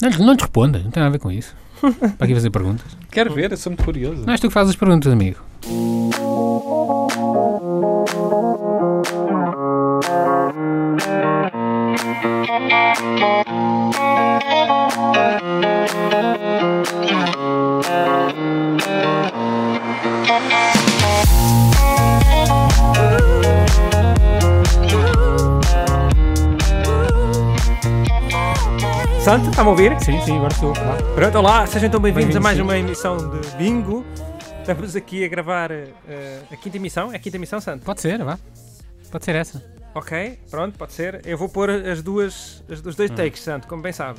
Não, lhe- não lhe responda, não tem nada a ver com isso. Para aqui fazer perguntas. Quero ver, eu sou muito curioso. Não és tu que fazes as perguntas, amigo. Santo, está-me a ouvir? Sim, sim, agora estou. Claro. Pronto, olá, sejam então bem-vindos a Bem-vindos, mais sim. uma emissão de Bingo. Estamos aqui a gravar eh, a quinta emissão. É a quinta emissão, Santo? Pode ser, vá. Pode ser essa. Ok, pronto, pode ser. Eu vou pôr as duas, as, os dois takes, Santo, como bem sabe.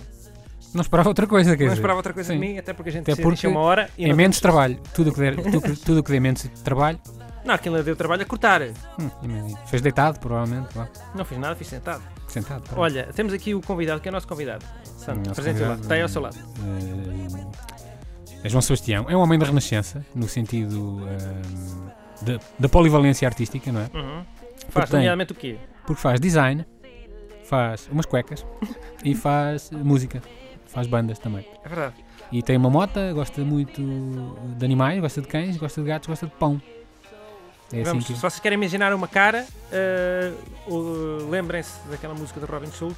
Não esperava outra coisa, Hum. quer Não dizer. esperava outra coisa Sim. de mim, até porque a gente Até decidiu porque uma hora e É não... menos trabalho. Tudo o que der, tudo, que- tudo o que der menos trabalho. não, aquilo deu trabalho a cortar. Hum, imagina. Fez deitado, provavelmente. Vá. Não fiz nada, fiz sentado. Sentado. pronto. Olha, temos aqui o convidado, que é o nosso convidado. Santo, Nosso presente lá, convidado, está aí ao seu lado. Eh, é João Sebastião. É um homem da Renascença, no sentido eh, da- da polivalência artística, não é? Uhum. Faz, Porque tem- nomeadamente, o quê? Porque faz design, faz umas cuecas e faz música, faz bandas também. É verdade. E tem uma mota, gosta muito de animais, gosta de cães, gosta de gatos, gosta de pão. É Vamos, assim se que. vocês querem imaginar uma cara, eh, o- lembrem-se daquela música do Robin Schulz,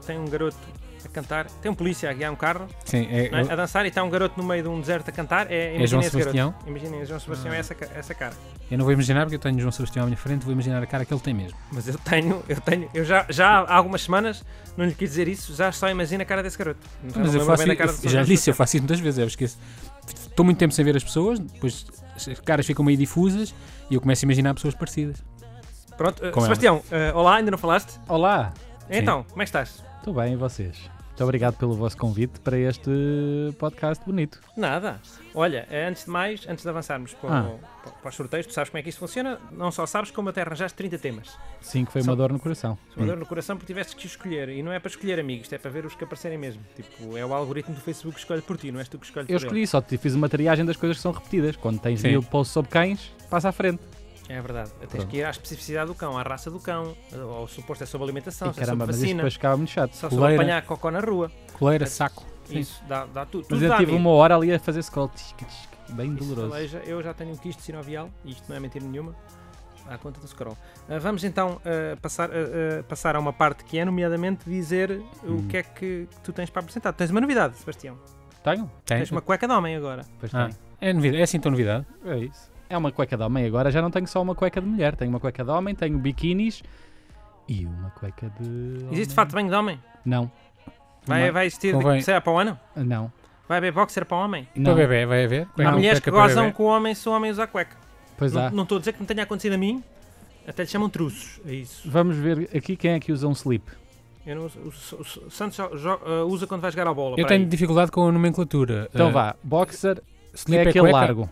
que tem um garoto a cantar, tem um polícia a guiar um carro, Sim, é, não é? a dançar, e está um garoto no meio de um deserto a cantar. É, é João imaginem esse garoto. Sebastião. Ah. Imaginem, João Sebastião é essa, ca- essa cara. Eu não vou imaginar porque eu tenho João Sebastião à minha frente, vou imaginar a cara que ele tem mesmo. Mas eu tenho, eu tenho, eu já, já há algumas semanas, não lhe quis dizer isso, já só imagino a cara desse garoto. Já Mas não eu lembro faço bem da isso, cara do eu já João disse, eu Sebastião. faço isso muitas vezes, eu esqueço. Estou muito tempo sem ver as pessoas, depois as caras ficam meio difusas e eu começo a imaginar pessoas parecidas. Pronto, eh, Com ela. Sebastião, eh, olá, ainda não falaste? Olá, Então, como é que estás? estou bem e vocês? Muito obrigado pelo vosso convite para este podcast bonito. Nada. Olha, eh, antes de mais, antes de avançarmos para, o- Ah. para- para os sorteios, tu sabes como é que isto funciona? Não só sabes como até arranjaste 30 temas. Sim, que foi Só- uma dor no coração. Uma dor no coração porque tiveste que escolher. E não é para escolher amigos, isto é para ver os que aparecerem mesmo. Tipo, é o algoritmo do Facebook que escolhe por ti, não és tu que escolhes Eu por escolhi, só te fiz uma triagem das coisas que são repetidas. Quando tens Sim. mil posts sobre cães, passa à frente. ele. É verdade. Tens Pronto. que ir à especificidade do cão, à raça do cão. Ou suposto é sobre alimentação, e se é sobre caramba, mas isto vacina. depois ficava muito chato. Só sobre Coleira. apanhar cocó na rua. Coleira, saco. Sim. Isso, dá, dá tudo. Mas tudo eu dá tive amigo. uma hora ali a fazer scroll, tsk, tsk, bem Isso doloroso. aleija. Eu já tenho um quisto sinovial, e isto não é mentira nenhuma, à conta do scroll. Ah, vamos então ah, passar, ah, ah, passar a uma parte que é, nomeadamente, dizer o Hum. que é que, que tu tens para apresentar. Tens uma novidade, Sebastião. Tenho? Tens Tens? uma cueca de homem agora. Pois Ah, tenho. é, novidade. é assim tão novidade. É isso. É uma cueca de homem agora, já não tenho só uma cueca de mulher. Tenho uma cueca de homem, tenho biquinis e uma cueca de. Existe homem. de fato banho de homem? Não, Vai, Não. vai existir, Convém. de, será para o ano? não. Vai haver boxer para o homem? Para não. bebê, vai haver? um Não, Há mulheres que cueca para gozam bebé. com o homem se o homem usar cueca. Pois Não- há. Não estou a dizer que não tenha acontecido a mim, até lhe chamam truços. É isso. Vamos ver aqui quem é que usa um slip. Eu não uso- o, o- o Santos só jo- ah, usa quando vai jogar a bola. Eu para aí. tenho dificuldade com a nomenclatura. Então Eh, vá, boxer Slip é é aquele cueca? largo.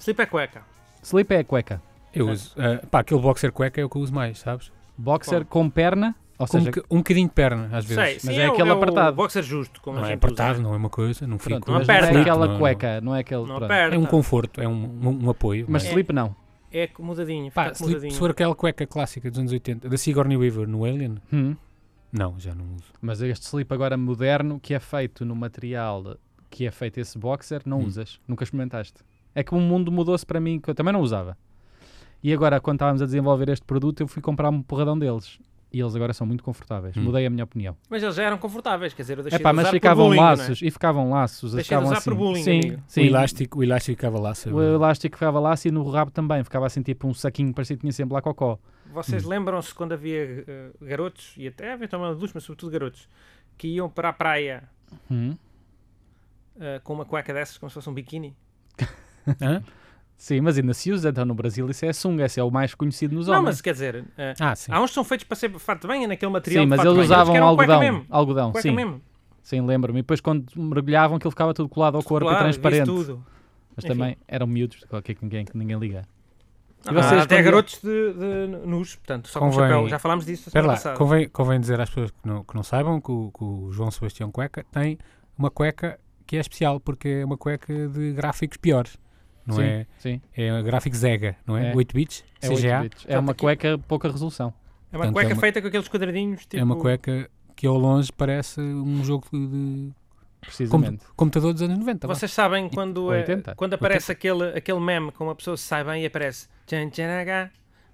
Slip é cueca. Slip é a cueca. Eu uso. eh, pá, aquele boxer cueca é o que eu uso mais, sabes? Boxer com perna, ou Com um seja, boca- um bocadinho de perna, às vezes. Sei, sim, é o- aquele é apertado. O boxer justo, como Não a é gente apertado, usa. né? não é uma coisa, não pronto, fico. não mas não aperta. é aquela não- cueca, não é aquele. Não pronto. aperta. É um conforto, é um, um, um apoio. Mas não é? slip não. É comodadinho. Pá, fica se lhe- comodadinho. se for aquela cueca clássica dos anos 80, da Sigourney Weaver no Alien, Hum. não, já não uso. Mas este slip agora moderno, que é feito no material que é feito esse boxer, não Hum. usas. Nunca experimentaste. É que o mundo mudou-se para mim, que eu também não usava. E agora, quando estávamos a desenvolver este produto, eu fui comprar um porradão deles. E eles agora são muito confortáveis. Hum. Mudei a minha opinião. Mas eles já eram confortáveis, quer dizer, eu deixei É pá, de usar mas por ficavam bullying, não é? laços e ficavam laços. Deixei de ficavam usar assim. por bullying, sim, amigo. sim. O elástico, o elástico ficava lá, sabe? O elástico ficava lá assim e no rabo também, ficava assim tipo um saquinho, parecia que tinha sempre lá cocó. Vocês lembram-se quando havia eh, garotos, e até eventualmente adultos, mas sobretudo garotos, que iam para a praia Hum. eh, com uma cueca dessas, como se fosse um biquíni? Hã? Sim, mas ainda se usa, então no Brasil isso é a sunga, esse é o mais conhecido nos Não, homens. mas quer dizer, eh, Ah, sim. há uns que são feitos para ser farto bem, é naquele material sim, de mas fato eles bem, usavam que eram algodão. um Cueca mesmo. Algodão, Cueca sim. mesmo. Sim, lembro-me. E depois quando mergulhavam aquilo ficava tudo colado ao corpo Claro, e transparente. vês tudo. Mas Enfim. também eram miúdos, qualquer que ninguém, que ninguém liga. Ah, vocês, até quando- garotos de, de nus, portanto, só com um Convém- chapéu. Já falámos disso a Espera semana lá, passada. convém, convém dizer às pessoas que não, que não saibam que o, que o João Sebastião Cueca tem uma cueca que é especial, porque é uma cueca de gráficos piores, não sim, é? sim. É um gráfico Zega, não é? É. 8 bits, É, CGA. 8 bits. é uma aqui- cueca pouca resolução. É Portanto, uma é cueca uma- Tipo, feita com aqueles quadradinhos, tipo... É uma cueca que ao longe parece um jogo de Com, precisamente. computador dos anos 90. vá. Vocês sabem quando, é- 80, quando aparece aquele, aquele meme com uma pessoa que sai bem e aparece. Tchan, tchan, aga,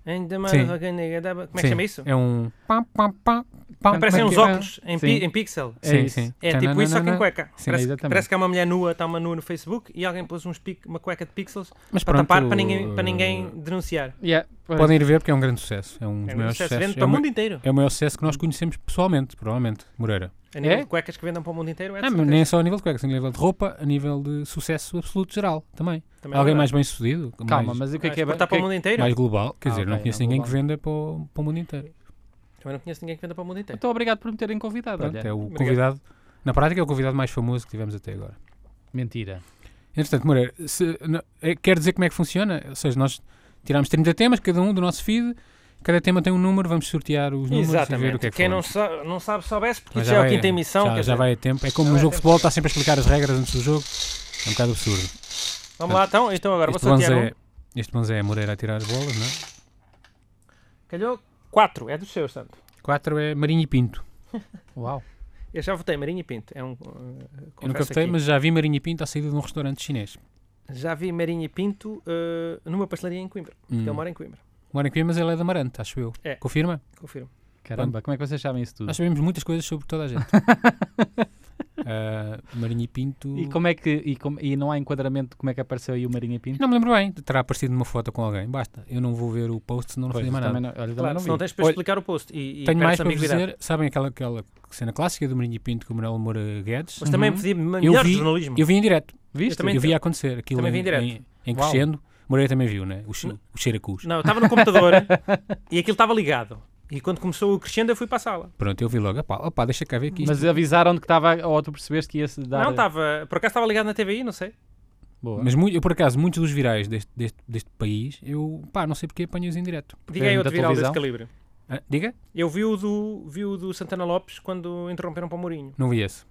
ainda mais Sim. alguém nega daba- Como é Sim, que chama isso? É um. Pá, pá, pá, pá, Aparecem como Aparecem é uns que é? óculos em, pi- Sim. em pixel. Sim, É isso. sim. É tipo isso, só que em Tananana. cueca. Sim, parece, exatamente. parece que há uma mulher nua, está uma nua no Facebook e alguém pôs uns pic- uma cueca de pixels Mas para pronto, tapar para ninguém, para eh, ninguém denunciar. Yeah, pois. Podem ir ver porque é um grande sucesso. É um dos É um maiores sucesso, sucessos. vende É para o o ma- mundo inteiro. é o maior sucesso que nós conhecemos pessoalmente, provavelmente, Moreira. A nível É? de cuecas que vendam para o mundo inteiro, é de Ah, mas certeza. nem só a nível de cuecas, a nível de roupa, a nível de sucesso absoluto geral também. Também é Alguém verdade. mais bem sucedido, Calma, mais, mas o que é que é. exportar o que para um é o mundo inteiro? mais global. Quer Ah, dizer, não ok, conheço não, ninguém que global. venda para o, para o mundo inteiro. Também não conheço ninguém que venda para o mundo inteiro. Então obrigado por me terem convidado. Pronto, olha. é o Obrigado. convidado. Na prática, é o convidado mais famoso que tivemos até agora. Mentira. Entretanto, Moreira, se- na- eh, quer dizer como é que funciona? Ou seja, nós tiramos 30 temas, cada um do nosso feed, cada tema tem um número, vamos sortear os números e ver o que é que Quem não falamos. sabe, não sabe soubesse, porque Mas isso é a vai- quinta emissão. Já, quer já dizer, vai a tempo. É como já no vai a jogo de tempo. futebol, está sempre a explicar as regras antes do jogo. É um bocado absurdo. Vamos lá então, então agora vou este, bonze sortear um. é, este bonze é Moreira a tirar as bolas, não é? Calhou 4, é dos seus, santo. 4 é Marinho e Pinto. Uau. Eu já votei Marinho e Pinto. É um, uh, Eu nunca confesso votei, aqui. mas já vi Marinho e Pinto à saída de um restaurante chinês. Já vi Marinho e Pinto uh, numa pastelaria em Coimbra, porque Hum. ele mora em Coimbra. Mora em Coimbra, mas ele é de Amarante, acho eu. É. Hum. Confirma? Confirmo. Caramba, como é que vocês sabem isso tudo? Nós sabemos muitas coisas sobre toda a gente. Ah, Marinho e Pinto. E como é que. E, como- e não há enquadramento de como é que apareceu aí o Marinha Pinto? Não me lembro bem, terá aparecido numa foto com alguém, basta. Eu não vou ver o post, senão não Pois, fazia mais nada. também não, olha, também Claro, não se vi. não tens para Olha, explicar o posto. E, e Tenho mais perdes para vos ambiguidade. dizer, sabem aquela, aquela cena clássica do Marinho e Pinto com o Manuel Moura Guedes? Mas também Uhum. pedi melhor vi- jornalismo. Eu vi em direto, Viste? também- eu vi acontecer aquilo também em, vi em direto. em, em Uau. crescendo. Moreira também viu, né? O, che, Não. o Cheiracus. Não, eu estava no computador e aquilo estava ligado. E quando começou o crescendo, eu fui para a sala. Pronto, eu vi logo, opá, opá, deixa cá ver é aqui. Mas avisaram-te que estava. Ou tu percebeste que ia-se dar. Não, tá. estava. Por acaso estava ligado na TVI, não sei. Boa. Mas muito, eu, por acaso, muitos dos virais deste, deste, deste país, eu pá, não sei porque apanho-os em direto. Diga aí da outro viral desse televisão? calibre. Ah, diga? Eu vi o, do, vi o do Santana Lopes quando interromperam para o Mourinho. Não vi esse.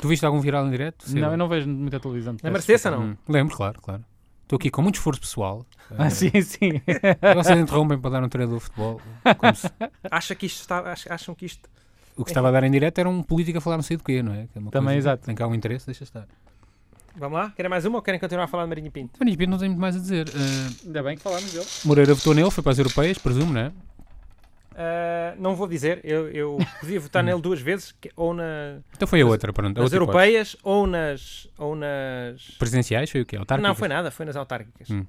Tu viste algum viral em direto? Sei não, lá. eu não vejo muita televisão. te Lembra-se peço dessa, não? é Hum, Lembro, claro, claro. Estou aqui com muito esforço pessoal. desculpa. Ah, sim, sim. Eh, Vocês interrompem para dar um treinador de futebol. como se- Acha que isto está, ach- acham que isto. o que estava a dar em direto era um político a falar não sei do quê, não é? Que é uma Também, coisa- exato. Tem cá um interesse, deixa estar. Vamos lá? Querem mais uma ou querem continuar a falar de Marinho Pinto? Marinho Pinto não tem muito mais a dizer. Eh, Ainda bem que falámos dele. Moreira votou nele, foi para as europeias, presumo, não é? Ah, não vou dizer, eu, eu podia votar Uhum. nele duas vezes, que- ou na- Então foi a Mas- outra, pronto. A nas outra hipótese. europeias ou nas. Ou nas... Presidenciais foi o quê? Autárquicas? Não, foi nada, foi nas autárquicas. Hum.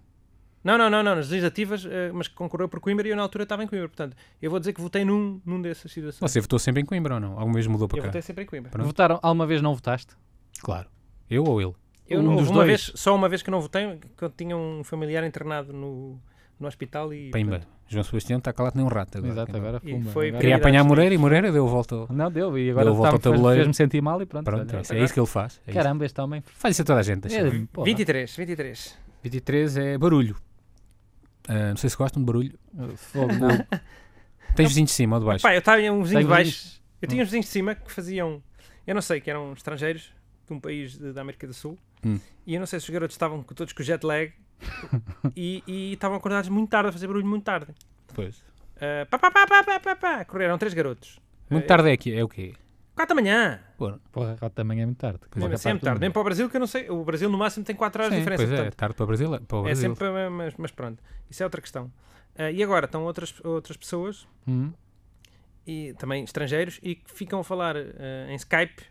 Não, não, não, não, nas legislativas, ah, mas que concorreu por Coimbra e eu na altura estava em Coimbra. Portanto, eu vou dizer que votei num, num dessas situações. Você votou sempre em Coimbra ou não? Alguma vez mudou para eu cá? votei sempre em Coimbra. Pronto. Votaram. Alguma vez não votaste? Claro. Eu ou ele? Eu Um não, dos uma dois. vez, só uma vez que não votei, que eu tinha um familiar internado no, no hospital e. Pimba. João Sebastião está calado nem um rato agora. Exato, Pimba. agora E fuma. agora- é. foi Queria Prioridades apanhar Moreira e Moreira deu a volta. ao- Não deu, e agora Deu a volta ao tá-me- fez- tabuleiro. fez-me sentir mal e pronto. Pronto, olha. é isso, é isso que ele faz. é isso. Caramba, este homem. Faz isso a toda a gente. deixa lá. É, porra. 23, 23. 23 é barulho. Ah, não sei se gostam de barulho. Fogo, não. Tens vizinho de cima ou de baixo? Pá, eu tinha um vizinho Tem de baixo. vizinhos- Eu tinha uns vizinhos de cima que faziam. Eu não sei, que eram estrangeiros de um país de- da América do Sul. Hum. E eu não sei se os garotos estavam co- todos com jet lag e, e estavam acordados muito tarde, a fazer barulho muito tarde. Pois. Ah, pá, pá, pá, pá, pá, pá, pá. Correram três garotos. Muito Eh, tarde é que é o quê? 4 da manhã. Pô, Porra, quatro da manhã é muito tarde. Mesmo assim é muito tarde. Mesmo para o Brasil, que eu não sei. O Brasil no máximo tem 4 horas sim, de diferença. pois é, portanto, tarde para o Brasil. Para o É Brasil. sempre, eh, mas, mas pronto, isso é outra questão. Ah, e agora estão outras, outras pessoas, Hum. e também estrangeiros, e que ficam a falar eh, em Skype,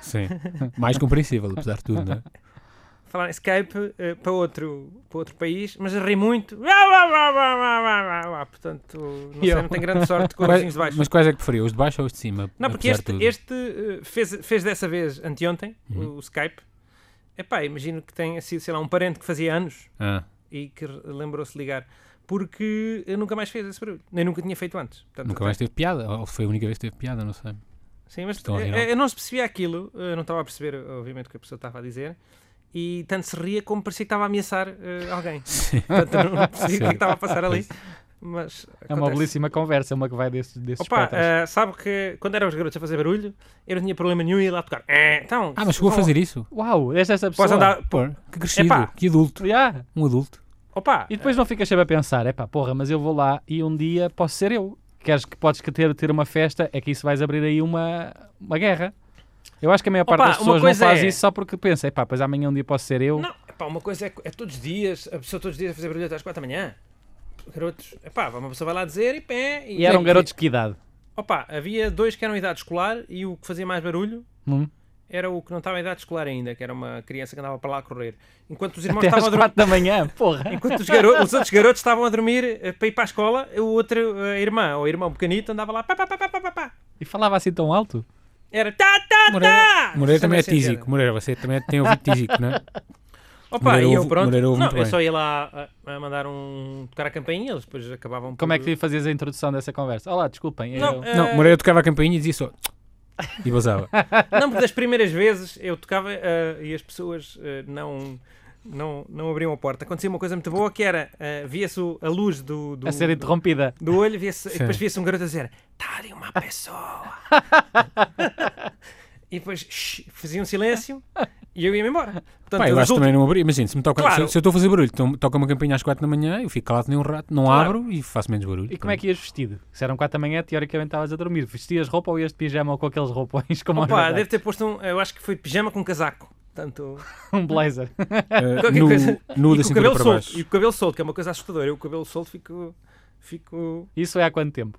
Sim. Mais compreensível, apesar de tudo, não é? falar em Skype eh, para, outro, para outro país, mas a rir muito. Uá, uá, uá, uá, uá, uá, uá, uá. Portanto, não sei, Eu. não tenho grande sorte com os Quais- vizinhos de baixo. Mas quais é que preferia? Os de baixo ou os de cima? não, porque apesar de este, tudo? este eh, fez, fez dessa vez anteontem, Uhum. o, o Skype. Epá, imagino que tenha sido, sei lá, um parente que fazia anos Ah, e que re- lembrou-se de ligar, porque eu nunca mais fez esse barulho, nem nunca tinha feito antes. Portanto, nunca mais teve piada. Ou foi a única vez que teve piada, não sei. Sim, mas Estão a rir eu, alto. eu não se percebia aquilo, eu não estava a perceber, obviamente, o que a pessoa estava a dizer, e tanto se ria como parecia que estava a ameaçar eh, alguém. Sim. Portanto, eu não percebi o que é que Sim. estava a passar ali. Mas É uma acontece. belíssima conversa, uma que vai desses, desses Opa, espectros. eh, sabe que quando eram os garotos a fazer barulho, eu não tinha problema nenhum em ir lá tocar. Eh, então, Ah, mas chegou a vão- fazer isso? Uau, és essa pessoa. Posso andar. Pô, que crescido, Ah, Epá. que adulto. Yeah. Um adulto. Opa! E depois não ficas sempre a pensar, é pá, porra, mas eu vou lá e um dia posso ser eu. Queres que podes que ter, ter uma festa, é que isso vais abrir aí uma, uma guerra. Eu acho que a maior parte Opa, das uma pessoas não coisa faz é- isso só porque pensa, pá, pois amanhã um dia posso ser eu. Não, pá, uma coisa é, é todos os dias, a pessoa todos os dias a fazer barulho até às 4 da manhã. Garotos, pá, uma pessoa vai lá dizer e pé. E eram garotos de que idade? Opa, havia dois que eram em idade escolar e o que fazia mais barulho Hum? era o que não estava em idade escolar ainda, que era uma criança que andava para lá a correr. Enquanto os irmãos Até às estavam a dormir. 4 da manhã, porra. Enquanto os, garo- os outros garotos estavam a dormir eh, para ir para a escola, o outro, eh, a irmã ou irmão pequenito andava lá pá pá pá pá pá pá pá. E falava assim tão alto? Era tá tá assim, tá. Moreira, Moreira também é Sem sentido. tísico. Moreira, você também tem ouvido tísico, não é? Opa, Moreira e eu ouve- pronto. Moreira ouve não, muito eu bem. só ia lá a, a mandar um tocar a campainha, eles depois acabavam Como por- é que fazias a introdução dessa conversa? Olá, desculpem, eu... Uhum. Não, eh, Não, Moreira tocava a campainha e dizia só... E vazava. Não, porque das primeiras vezes eu tocava eh, e as pessoas eh, não, não, não abriam a porta. Acontecia uma coisa muito boa que era, eh, via-se o- a luz do, do, a ser do- interrompida. do olho via-se, e Sim. depois via-se um garoto a dizer está ali uma pessoa. e depois shh, fazia um silêncio e eu ia-me embora. Portanto, Pá, eu acho resulta- também não abrir. Imagina, se, me toca, Claro. se, se eu estou a fazer barulho, então toca uma campainha às 4 da manhã, eu fico calado que nem um rato, não Claro. abro e faço menos barulho. E como é que ias vestido? Se eram 4 da manhã, teoricamente estavas a dormir. Vestias roupa ou ias de pijama ou com aqueles roupões como aos Opa, natais? deve ter posto um, eu acho que foi pijama com casaco. Portanto, um blazer. Eh, qualquer nu, coisa. nu e da com o cintura cabelo para solto, baixo. e com o cabelo solto, que é uma coisa assustadora. Eu com o cabelo solto fico... fico... Isso é há quanto tempo?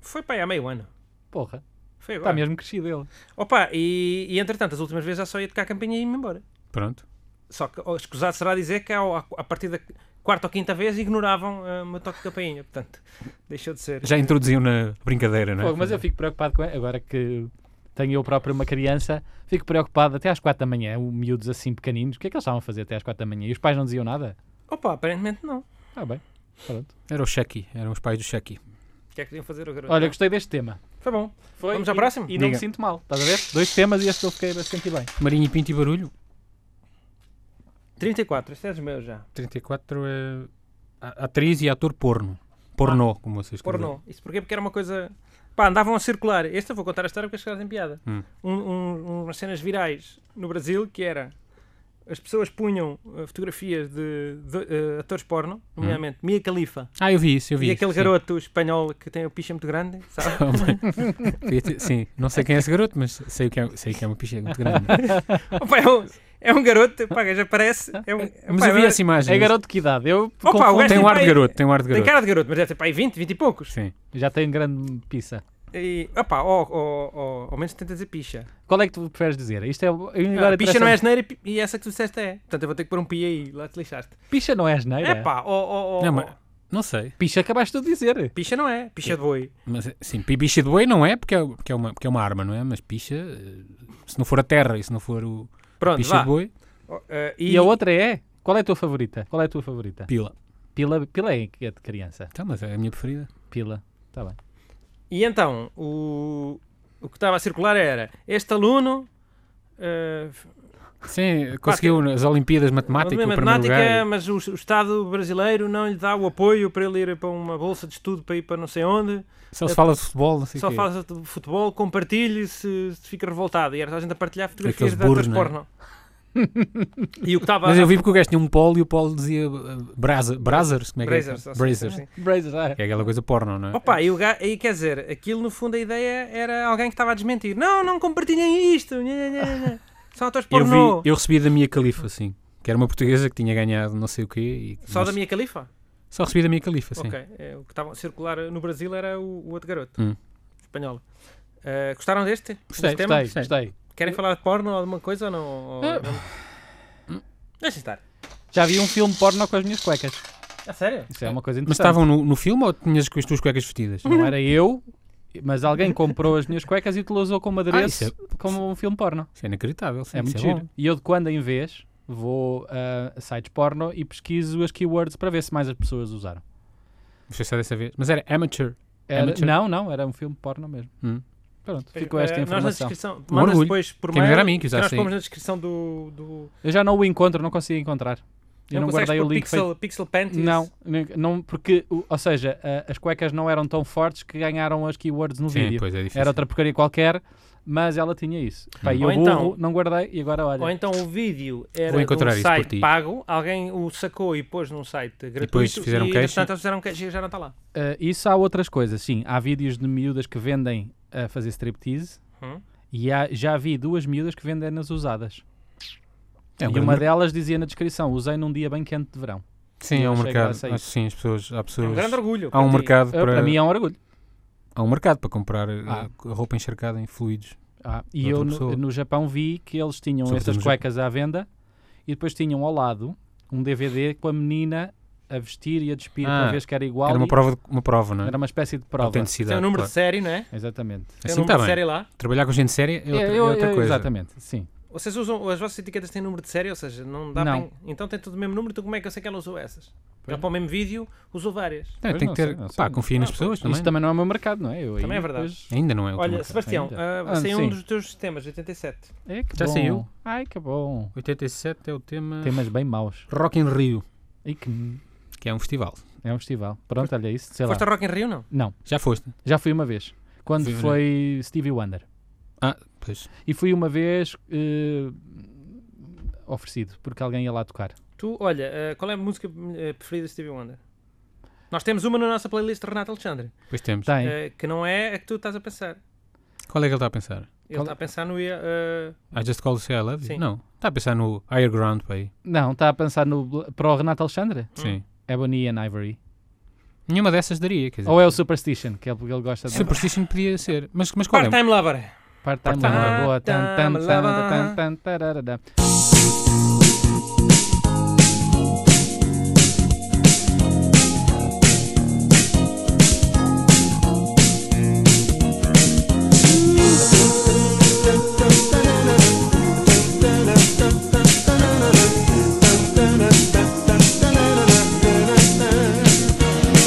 Foi para aí há meio ano. Porra, Foi está agora. mesmo crescido ele. Opa, e, e entretanto, as últimas vezes já só ia tocar a campainha e ia-me embora. Pronto. Só que oh, escusado será dizer que ao- a, a partir da quarta ou quinta vez ignoravam ah, o meu toque de campainha. Portanto, deixou de ser. Já introduziam na brincadeira, não é? Fogo, mas eu fico preocupado com agora que tenho eu próprio uma criança, fico preocupado até às 4 da manhã, o miúdos assim pequeninos, o que é que eles estavam a fazer até às 4 da manhã? E os pais não diziam nada? Opa, aparentemente não. O Ah, bem. Pronto. Era o Chucky, eram os pais do Chucky. que é que podiam fazer o garoto? Olha, gostei deste tema. Foi bom. Foi, Vamos ao e- próximo? E não me Diga. sinto mal, estás a ver? Dois temas e este eu fiquei bastante bem. Marinho e Pinto e Barulho. 34, este é dos meus já. 34 é a- atriz e ator porno. Pornô, como vocês escreveram. Ah. Pornô. Isso porquê? Porque era uma coisa. Pá, andavam a circular. Este eu vou contar a história porque acho que tem piada. Hum. Um- um- umas cenas virais no Brasil que era. As pessoas punham ah, fotografias de, de, ah, atores porno, Hum. nomeadamente Mia Khalifa. Ah, eu vi isso, eu vi E isso, aquele sim. garoto espanhol que tem o picha muito grande, sabe? Oh, mãe. Podia ter- Sim, não sei quem é esse garoto, mas sei que é, sei que é uma picha muito grande. Opa, é, um, é um garoto, pá, já parece. É um, Mas pá, eu vi é- essa imagem. É garoto de que idade? Eu Opa, confundo- o gajo Tem um ar de Pai- garoto, tem um ar de Tem garoto. cara de garoto, mas deve ter pá, aí 20, 20 e poucos. Sim. Já tenho grande pizza. E, opa, ó, ó, ó, ao menos tenta dizer picha. Qual é que tu preferes dizer? Isto é Ah, agora picha não interessa- é asneira e pi- e essa que tu disseste é. Portanto, eu vou ter que pôr um pi aí, lá te lixaste. Picha não é asneira. É pá, ó, ó, ó, Não, ó. mas- Não sei. Picha acabaste de dizer. Picha não é, picha de boi. Mas, sim, pi- picha de boi não é porque é, porque, é uma, porque é uma arma, não é? Mas picha, eh, se não for a terra e se não for o Pronto, picha vá. de boi, Ó, ah, E... e, a outra é? Qual é a tua favorita? Qual é a tua favorita? pila. Pila, pila é que é de criança. Então, mas é a minha preferida. Pila. Está bem. e então, o, o que estava a circular era este aluno. ah, Sim, conseguiu nas Olimpíadas Matemática, Obviamente, o primeiro é matemática, lugar. mas o, o Estado brasileiro não lhe dá o apoio para ele ir para uma bolsa de estudo para ir para não sei onde. Só se fala de futebol, não sei o é Só quê. fala de futebol, compartilhe se, se fica revoltado. E era só a gente a partilhar fotografias Daqueles de atores burros, né? porno. e o que estava. Mas eu vi porque o gajo tinha um polo e o polo dizia eh, braza, Brazers, como é que Brazers, é? ou seja, Brazers. assim. Brazers, ah. Que é aquela coisa porno, não é? Opa, e, o ga... e quer dizer, aquilo no fundo a ideia era alguém que estava a desmentir. Não, não compartilhem isto. nhã, nhã, nhã, nhã. São atores eu, pornô. vi, eu recebi da minha califa, sim. Que era uma portuguesa que tinha ganhado não sei o quê. E, Só mas- da minha califa? Só recebi da minha califa, sim. Ok. É, o que estava a circular no Brasil era o, o outro garoto. Hum. Espanhol. Ah, gostaram deste? Gostei, Ah. Deste tema? Gostei, gostei. Querem falar de porno ou alguma coisa ou não? Ou- não? Deixa estar. Já vi um filme porno com as minhas cuecas. A sério? Isso é uma coisa Mas interessante. estavam no, no filme ou tinhas com as tuas cuecas vestidas? Uhum. Não era eu, mas alguém comprou as minhas cuecas e utilizou como adereço Ah, como um filme porno. Isso é inacreditável. Sim, É isso muito bom. giro. E eu de quando em vez vou a a sites porno e pesquiso as keywords para ver se mais as pessoas usaram. Não sei se é dessa vez. Mas era amateur. Era- Amateur? não, não, era um filme porno mesmo. É Hum. Pronto, Pois, ficou esta eh, Nós na informação. descrição. Um Mandas orgulho. depois por Quem me mail. dera a mim que nós usassem. pomos na descrição do. do... Eu já não o encontro, não consigo encontrar. Eu não, consegues guardei o pôr link. Pixel, pixel feito- Panties? Não, nem- não, porque, o- ou seja, a- as cuecas não eram tão fortes que ganharam as keywords no Sim, vídeo. pois é difícil. Hum. Era outra porcaria qualquer, mas ela tinha isso. Pá, e Ou eu então- burro, não guardei e agora olha. Ou então o vídeo Vou era de encontrar um isso por site ti. pago, alguém o sacou e pôs num site gratuito fizeram um e queixa. entretanto, eles fizeram queixa e já não está lá. eh, Uh, isso há outras coisas, sim. Há vídeos de miúdas que vendem a fazer striptease Hum. E há- já vi duas miúdas que vendem nas usadas. É um e grande uma mer- delas dizia na descrição: usei num dia bem quente de verão. Sim, é um Chega mercado. a sair. Acho, que sim, as pessoas, há É pessoas. um grande orgulho. há um para ti. mercado Ah, para, Para mim é um orgulho. há um mercado para comprar eh, Ah. roupa encharcada em fluidos. Ah, e Outra eu no, pessoa. no Japão vi que eles tinham Só essas fazemos- cuecas à venda e depois tinham ao lado um DVD com a menina a vestir e a despir Ah, para ver que era igual. Era uma e- prova, de- uma prova, não é? era uma espécie de prova. Autenticidade. Tem um número claro. de série, não é? Exatamente. Tem um Assim número está de bem. série lá. Trabalhar com gente séria é outra, É, é eu- outra eu- coisa. Exatamente, sim. Vocês usam, as vossas etiquetas têm número de série, ou seja, não dá Não. para. Então tem tudo o mesmo número, então como é que eu sei que ela usou essas? Pois Ela para o mesmo vídeo usou várias. Não, Pois tem não que ter. sei, não pá, sei. confia nas Ah, pessoas também. Isso também não é o meu mercado, não é? Eu aí Também é verdade. depois- Ainda não é o teu Olha, mercado. Sebastião, ainda. ah, Ah, você é sim. um dos teus sistemas, 87. É que Já bom. saiu? Ai, que bom. 87 é o tema. Temas bem maus. Rock in Rio, E que que é um festival. é um festival. Pronto, olha isso, sei lá. Foste a Rock in Rio, não? Não, Já foste? já fui uma vez. Quando Fui, olha. foi Stevie Wonder. Ah, pois. E fui uma vez eh, oferecido, porque alguém ia lá tocar. Tu, olha, ah, qual é a música ah, preferida de Stevie Wonder? Nós temos uma na nossa playlist de Renato Alexandre, Pois temos. Tem. ah, que não é a que tu estás a pensar. Qual é que ele está a pensar? Ele Qual- está a pensar no. ah, I just call to say I love you? Sim. Não. Está a pensar no Higher Ground, pai. Não, está a pensar no, Bl- para o Renato Alexandre? Hum. Sim. Ebony and Ivory. Nenhuma dessas daria, quer dizer. Ou é o Superstition, que é porque ele gosta de... Superstition podia ser. Mas, mas qual é? Part-time Lover. Part-time Part-time lover. lover. Boa. Tan, tan, Part-time tan, tan, lover. tan, tararara.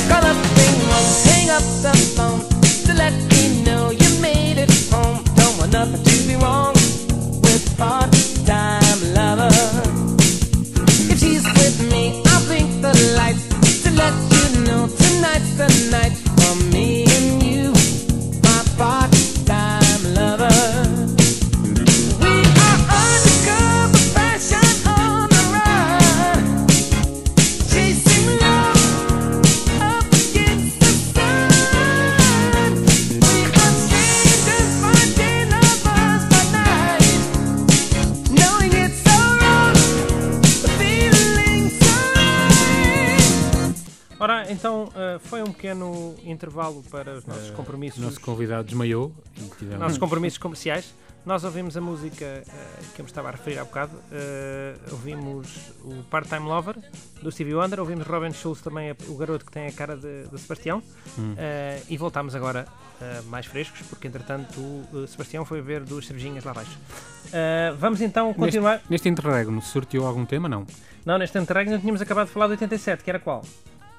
Call up Bingo, hang up the phone to let me know you made it home. Don't want nothing to be wrong with part-time lover. If she's with me, I'll blink the lights to let you know tonight's the night for me and you, my part-time lover. We are undercover fashion on the run, chasing love. Up against the sun, we are strangers finding lovers by night, knowing it's so wrong, but feeling so right. Ora, então ah, foi um pequeno intervalo para os nossos compromissos, O nosso convidado desmaiou. e tivemos- nossos compromissos comerciais. Nós ouvimos a música ah, que eu me estava a referir há bocado. ah, ouvimos o Part-Time Lover do Stevie Wonder. Ouvimos Robin Schulz também, a- o garoto que tem a cara de, de Sebastião. Hum. ah, e voltámos agora ah, mais frescos, porque entretanto o ah, Sebastião foi ver duas cervejinhas lá abaixo. Ah, vamos então continuar. Neste interregno sorteou algum tema? Não. Não, neste entregue não tínhamos acabado de falar de 87, que era qual?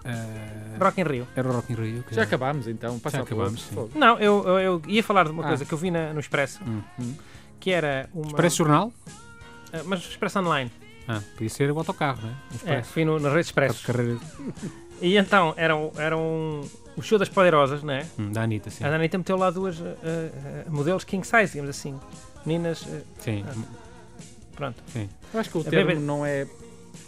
Ah, Rock in Rio. era o Rock in Rio. que Já acabámos então. Passa Já ao outro, acabámos, sim. fogo. Não, eu, eu, eu ia falar de uma Ah. coisa que eu vi na- no Expresso, Hum. que era uma. Parece jornal? Ah, mas Expresso Online. Ah, podia ser o autocarro, não é? É, fui no, na rede Expresso. Expresso. Carreira E então, era, um- era um, o show das Poderosas, né? Hum, da Anitta, sim. A Danita meteu lá duas ah, ah, ah, modelos king size, digamos assim. Meninas. ah, Sim. pronto. Eu acho que o A termo bebê- não é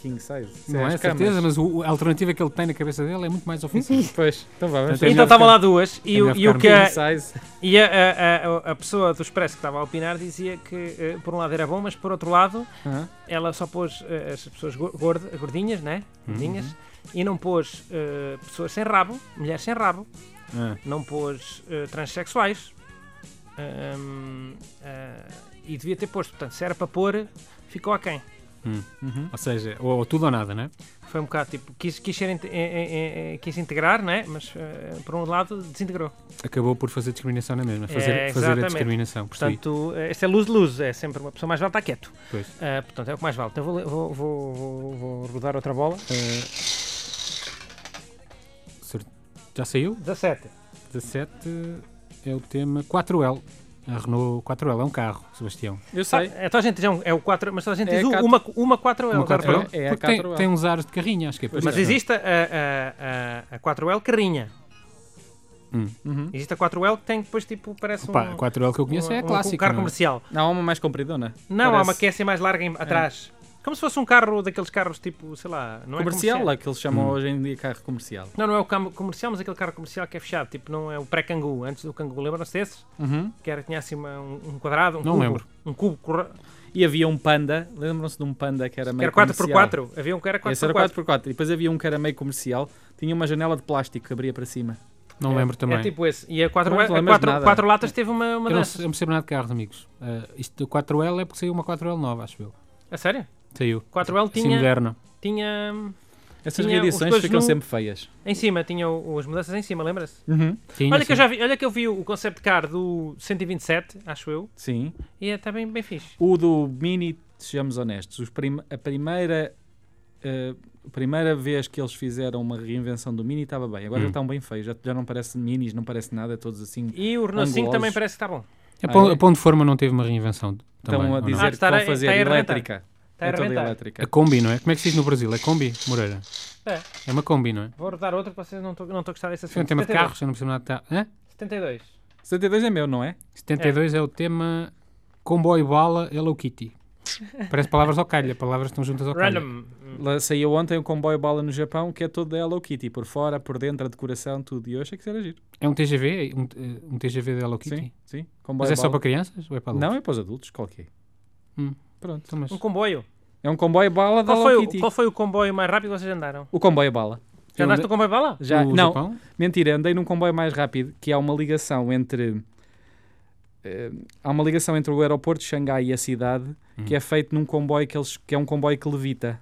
king size. Se Não é as certeza, mas o- a alternativa que ele tem na cabeça dele é muito mais ofensiva. camas. Pois, então vá, vamos Portanto, é ver. então melhor estavam ficar- lá duas e, é o, melhor e o ficarmos que King a, size. e a, a- a- a pessoa do Expresso que estava a opinar dizia que eh, por um lado era bom, mas por outro lado Aham. ela só pôs eh, as pessoas gor- gorda- gordinhas, né? Uhum. Gordinhas, e não pôs eh, pessoas sem rabo, mulheres sem rabo, Ah, não pôs eh, transexuais. Ahm, ah, e devia ter posto, portanto, se era para pôr, ficou a quem. Hum. Uhum. Ou seja, ou, ou tudo ou nada, não é? Foi um bocado tipo, quis, quis, ser inte- eh, eh, eh, quis integrar, né? Mas eh, por um lado desintegrou. Acabou por fazer discriminação na mesma. Fazer, É, fazer a exatamente. discriminação. Portanto, Portanto, eh, este é luz-luz, é sempre uma pessoa mais vale estar quieto. Pois. Ah, portanto, é o que mais vale. Então vou, le- vou, vou, vou, vou rodar outra bola. Cer- Já saiu? 17. 17 é o tema 4L. A Renault 4L é um carro, Sebastião. Eu Ah, sei. é, toda a gente diz é um- é o 4, mas toda a gente É diz a o- quatro. uma, uma 4L. Uma agora 4L? pronto. É a Porque tem, 4L. tem uns aros de carrinho, acho que é por Pois Mas isso. existe a, a, a, a 4L carinha. Hum. Uhum. Existe a 4L que tem depois, tipo, parece Opa, um... a 4L que eu conheço um- é a um- um clássica. carro não é? comercial. Não, há uma mais compridona. Não, há uma Parece- que é assim mais larga em- atrás. Como se fosse um carro daqueles carros tipo, sei lá, não comercial, é comercial. lá que eles chamam Hum. hoje em dia carro comercial. Não, não é o carro comercial, mas aquele carro comercial que é fechado, tipo, não é o pré-cangu. Antes do cangu, lembram-se desses? Uhum. Que era, tinha assim uma- um, um quadrado, um Não cubo, lembro. um cubo, corra- E havia um panda, lembram-se de um panda que era que meio era comercial? 4x4. Havia um que era 4x4. Esse era 4x4. E depois havia um que era meio comercial, tinha uma janela de plástico que abria para cima. Não É, lembro também. É tipo esse. E a quatro, Não me a lembro de quatro- nada. quatro latas teve uma, uma eu não, dessas. sei- eu não percebo nada de carros, amigos. Ah, isto do 4L é porque saiu uma 4L nova, acho eu. A sério? Saiu. 4L Sim, tinha, moderna. tinha... Essas Tinha os reedições dois ficam num- sempre feias. Em cima, tinha o- as mudanças em cima, lembra-se? Uhum. Tinha, Olha que, eu sim. já vi, olha que eu vi o concept car do 127, acho eu, Sim. e está bem, bem fixe. O do Mini, sejamos honestos, os prim- a primeira. eh, a primeira vez que eles fizeram uma reinvenção do Mini estava bem, agora Hum. já estão bem feios, já, já não parece Minis, não parece nada, todos assim. E o Renault 5 Angulosos. também parece que está bom. A pão, Ah, é? a pão de forma não teve uma reinvenção. de- Também, Estão a ou não? dizer Ah, que está a- vão está a fazer arrebentar. elétrica. Está a é toda arrebentar. A elétrica. Kombi, não é? Como é que se diz no Brasil? É Kombi, Moreira? É. É uma Kombi, não é? Vou rodar outro para vocês não estou não estou a gostar desse Isso é um assunto. tema de 72. carros, eu não percebo nada de carros. Hã? É. 72. 72 é meu, não é? 72 é. o tema Comboio Bala Hello Kitty. Parece palavras ao calha, palavras que estão juntas ao calha. Random. Lá saiu ontem o comboio bala no Japão, que é todo da Hello Kitty, por fora, por dentro, a decoração, tudo. E eu achei que isso era giro. É um TGV? Um, eh, um TGV da Hello Kitty? Sim, sim. Comboio Mas é só para bala. crianças ou é para adultos? Não, é para os adultos, qualquer. Hum. Pronto. Então, mas- Um comboio. É um comboio bala da Qual foi, Hello o, Kitty. qual foi o comboio mais rápido que vocês andaram? O comboio bala. Eu Já andaste andei- no comboio para lá? Já, No não, Japão? mentira, andei num comboio mais rápido, que há uma ligação entre... eh, há uma ligação entre o aeroporto de Xangai e a cidade, que Hum. é feito num comboio que, eles, que é um comboio que levita.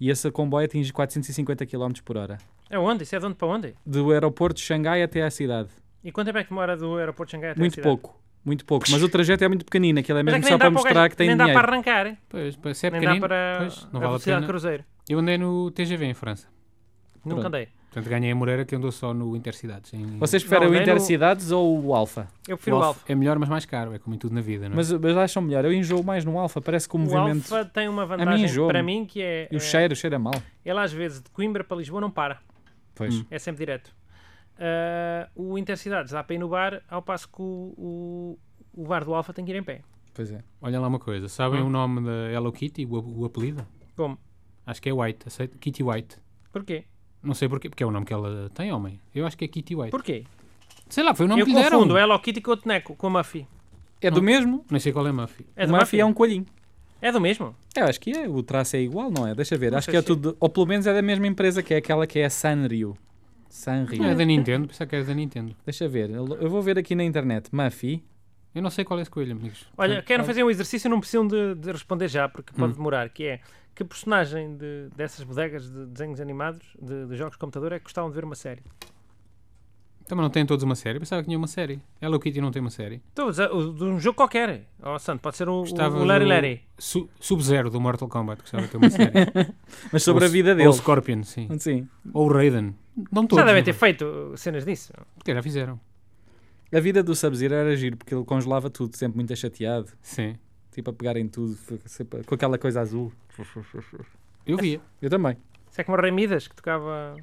E esse comboio atinge 450 km por hora. É onde? Isso é de onde para onde? Do aeroporto de Xangai até à cidade. E quanto tempo é que demora do aeroporto de Xangai até a Muito cidade? pouco, muito pouco. Mas o trajeto é muito pequenino, aquilo é Mas é mesmo que nem só dá para o gajo- mostrar que tem Nem dinheiro. dá para arrancar, hein? Pois, pois, se é nem dá pequenino, para pois, a não vale a velocidade pena. de cruzeiro. Eu andei no TGV em França. Nunca Pronto. andei. Portanto, ganhei a Moreira que andou só no Intercidades. Em... Vocês preferem Não, o nem no- Intercidades ou o Alfa? Eu prefiro o Alfa. É melhor, mas mais caro. É como em tudo na vida, não é? Mas, mas acham melhor, eu enjoo mais no Alfa, parece que o O um movimento... Alfa tem uma mim vantagem enjoa-me. para mim que é, E o é, cheiro, o cheiro é mau. ele às vezes de Coimbra para Lisboa não para, Pois. Hum. é sempre direto. Ah, o Intercidades dá para ir no bar, ao passo que o, o, o bar do Alfa tem que ir em pé. Pois é. Olha lá uma coisa. Sabem Hum. o nome da Hello Kitty, o, o apelido? Como? Acho que é White. aceito- Kitty White. Porquê? Não sei porquê, porque é o nome que ela tem, homem. Eu acho que é Kitty White. Porquê? Sei lá, foi o nome eu que lhe deram. confundo é Ah. Hello Kitty com o Teneco, com a Muffy. É do mesmo? Não sei qual é a Muffy. É o do Mafia Muffy? é um coelhinho. É do mesmo? Eu acho que é, o traço é igual, não é? Deixa ver, Não acho sei que é se é. tudo... Ou pelo menos é da mesma empresa que é aquela que é a Sanrio. Sanrio. Não é da Nintendo, pensava que era da Nintendo. Deixa ver, eu vou ver aqui na internet. Muffy, Eu não sei qual é esse coelho, amigos. Olha, Portanto, é Hum. quero fazer um exercício, não precisam de, de responder já, porque pode demorar, que é que personagem de- dessas bodegas de desenhos animados, de, de jogos de computador, é que gostavam de ver uma série? Também não têm todos uma série. Pensava que tinha uma série. Hello Kitty não tem uma série. Estou a dizer, o- de um jogo qualquer. Oh, santo, pode ser o, Gostava o Larry do- Larry. Su- Sub-Zero do Mortal Kombat. Gostava de ter uma série. mas sobre Ou a o- vida Ou o dele. Scorpion, sim. Sim. Ou o Raiden. Não todos. Já devem não ter é? feito uh, cenas disso. Porque já fizeram. A vida do Sub-Zero era giro, porque ele congelava tudo, sempre muito chateado, Sim. tipo a pegar em tudo, f- sempre com aquela coisa azul. Eu via. Eu também. Isso é como o Rei Midas, que tocava...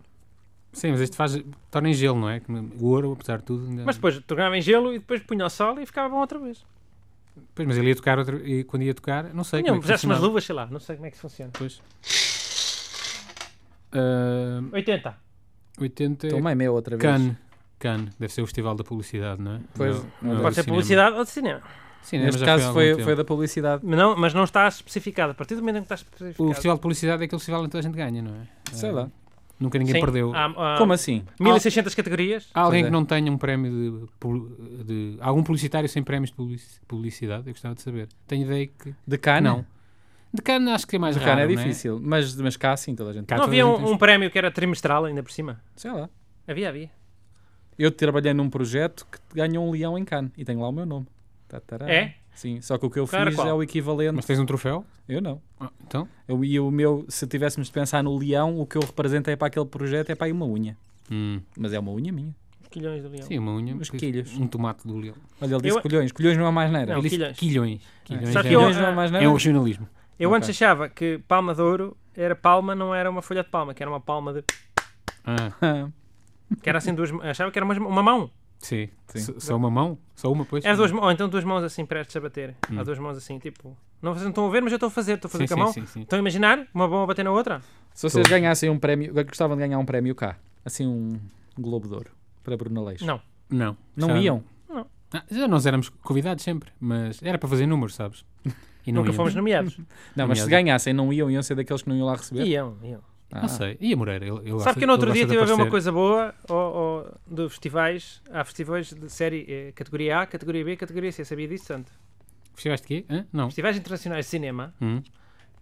Sim, mas isto faz. torna em gelo, não é? Que O ouro, apesar de tudo. Ainda... Mas depois tocava em gelo e depois punha ao sol e ficava bom outra vez. Pois, mas ele ia tocar outra- e quando ia tocar, não sei. Punha, como é que pusesse umas funcionava. luvas, sei lá, não sei como é que isso funciona. Pois. Ah, 80. 80 é Tomei meu outra vez. Cannes. Cannes. Deve ser o festival da publicidade, não é? Pois, Não- não não é deve do Pode ser cinema. publicidade ou de cinema. Sim, é, Neste caso foi, foi da publicidade. Mas não, mas não está especificado. A partir do momento em que está especificado... O festival de publicidade é aquele festival em que toda a gente ganha, não é? Sei Ah, lá. Nunca ninguém Sim, Ah. perdeu. Há, Há, há Como assim? 1600 categorias. alguém Pois é. que não tenha um prémio de, pub- de- Algum publicitário sem prémios de publici- publicidade? Eu gostava de saber. Tenho ideia que. De Cannes? Não. De Cannes acho que é mais De raro. Cannes é não difícil, mas, mas cá sim toda a gente. Cá- não toda havia a gente um, tem- um prémio que era trimestral ainda por cima? Sei lá. Havia, havia. Eu trabalhei num projeto que ganhou um leão em Cannes e tenho lá o meu nome. Tatará. É? Sim, só que o que eu Cara, fiz qual? é o Mas equivalente. tens um troféu? Eu não. Ah, então? Eu, e o meu, se tivéssemos de pensar no leão, o que eu representei para aquele projeto é para aí uma unha. Hum, Mas é uma unha minha. Os quilhões do leão. Sim, uma unha. Uns pois, quilhos. Um tomate do leão. Olha, ele disse Eu- colhões. Colhões não é mais nada. Não, Ele disse quilhões. quilhões. Quilhões Só é- que eu- Colhões não é mais nada. é o regionalismo. Eu Ok. antes achava que palma de ouro era palma, não era uma folha de palma, que era uma palma de. Ah, Ah, que era assim duas. achava que era uma, uma mão. Sim. Sim. S- Só uma mão? Só uma, pois? É as duas mãos, ou então duas mãos assim prestes a bater. Hum. Há duas mãos assim, tipo. Não, vocês não estão a ver, mas eu estou a fazer, estou a fazer Sim, com a sim, mão. sim, sim. Estão a imaginar? Uma bomba a bater na outra? Se vocês ganhassem um prémio, gostavam de ganhar um prémio cá, assim um Globo de Ouro para Bruna Leixo. Não. Não. Não Já- iam? Ah, já nós éramos convidados sempre, mas era para fazer números, sabes? E não Nunca íamos. fomos nomeados. Não, mas se ganhassem, não iam, iam ser daqueles que não iam lá receber. Iam, iam. Ah. Não sei. E a Moreira? Ele, ele gosta- Sabe que ele no outro gosta dia de estive a ver uma aparecer. coisa boa ó, ó, de festivais. Há festivais de série eh, categoria A, categoria B, categoria C. Sabia disso tanto? Festivais de quê? é? Hã? Não. Festivais internacionais de cinema Hum,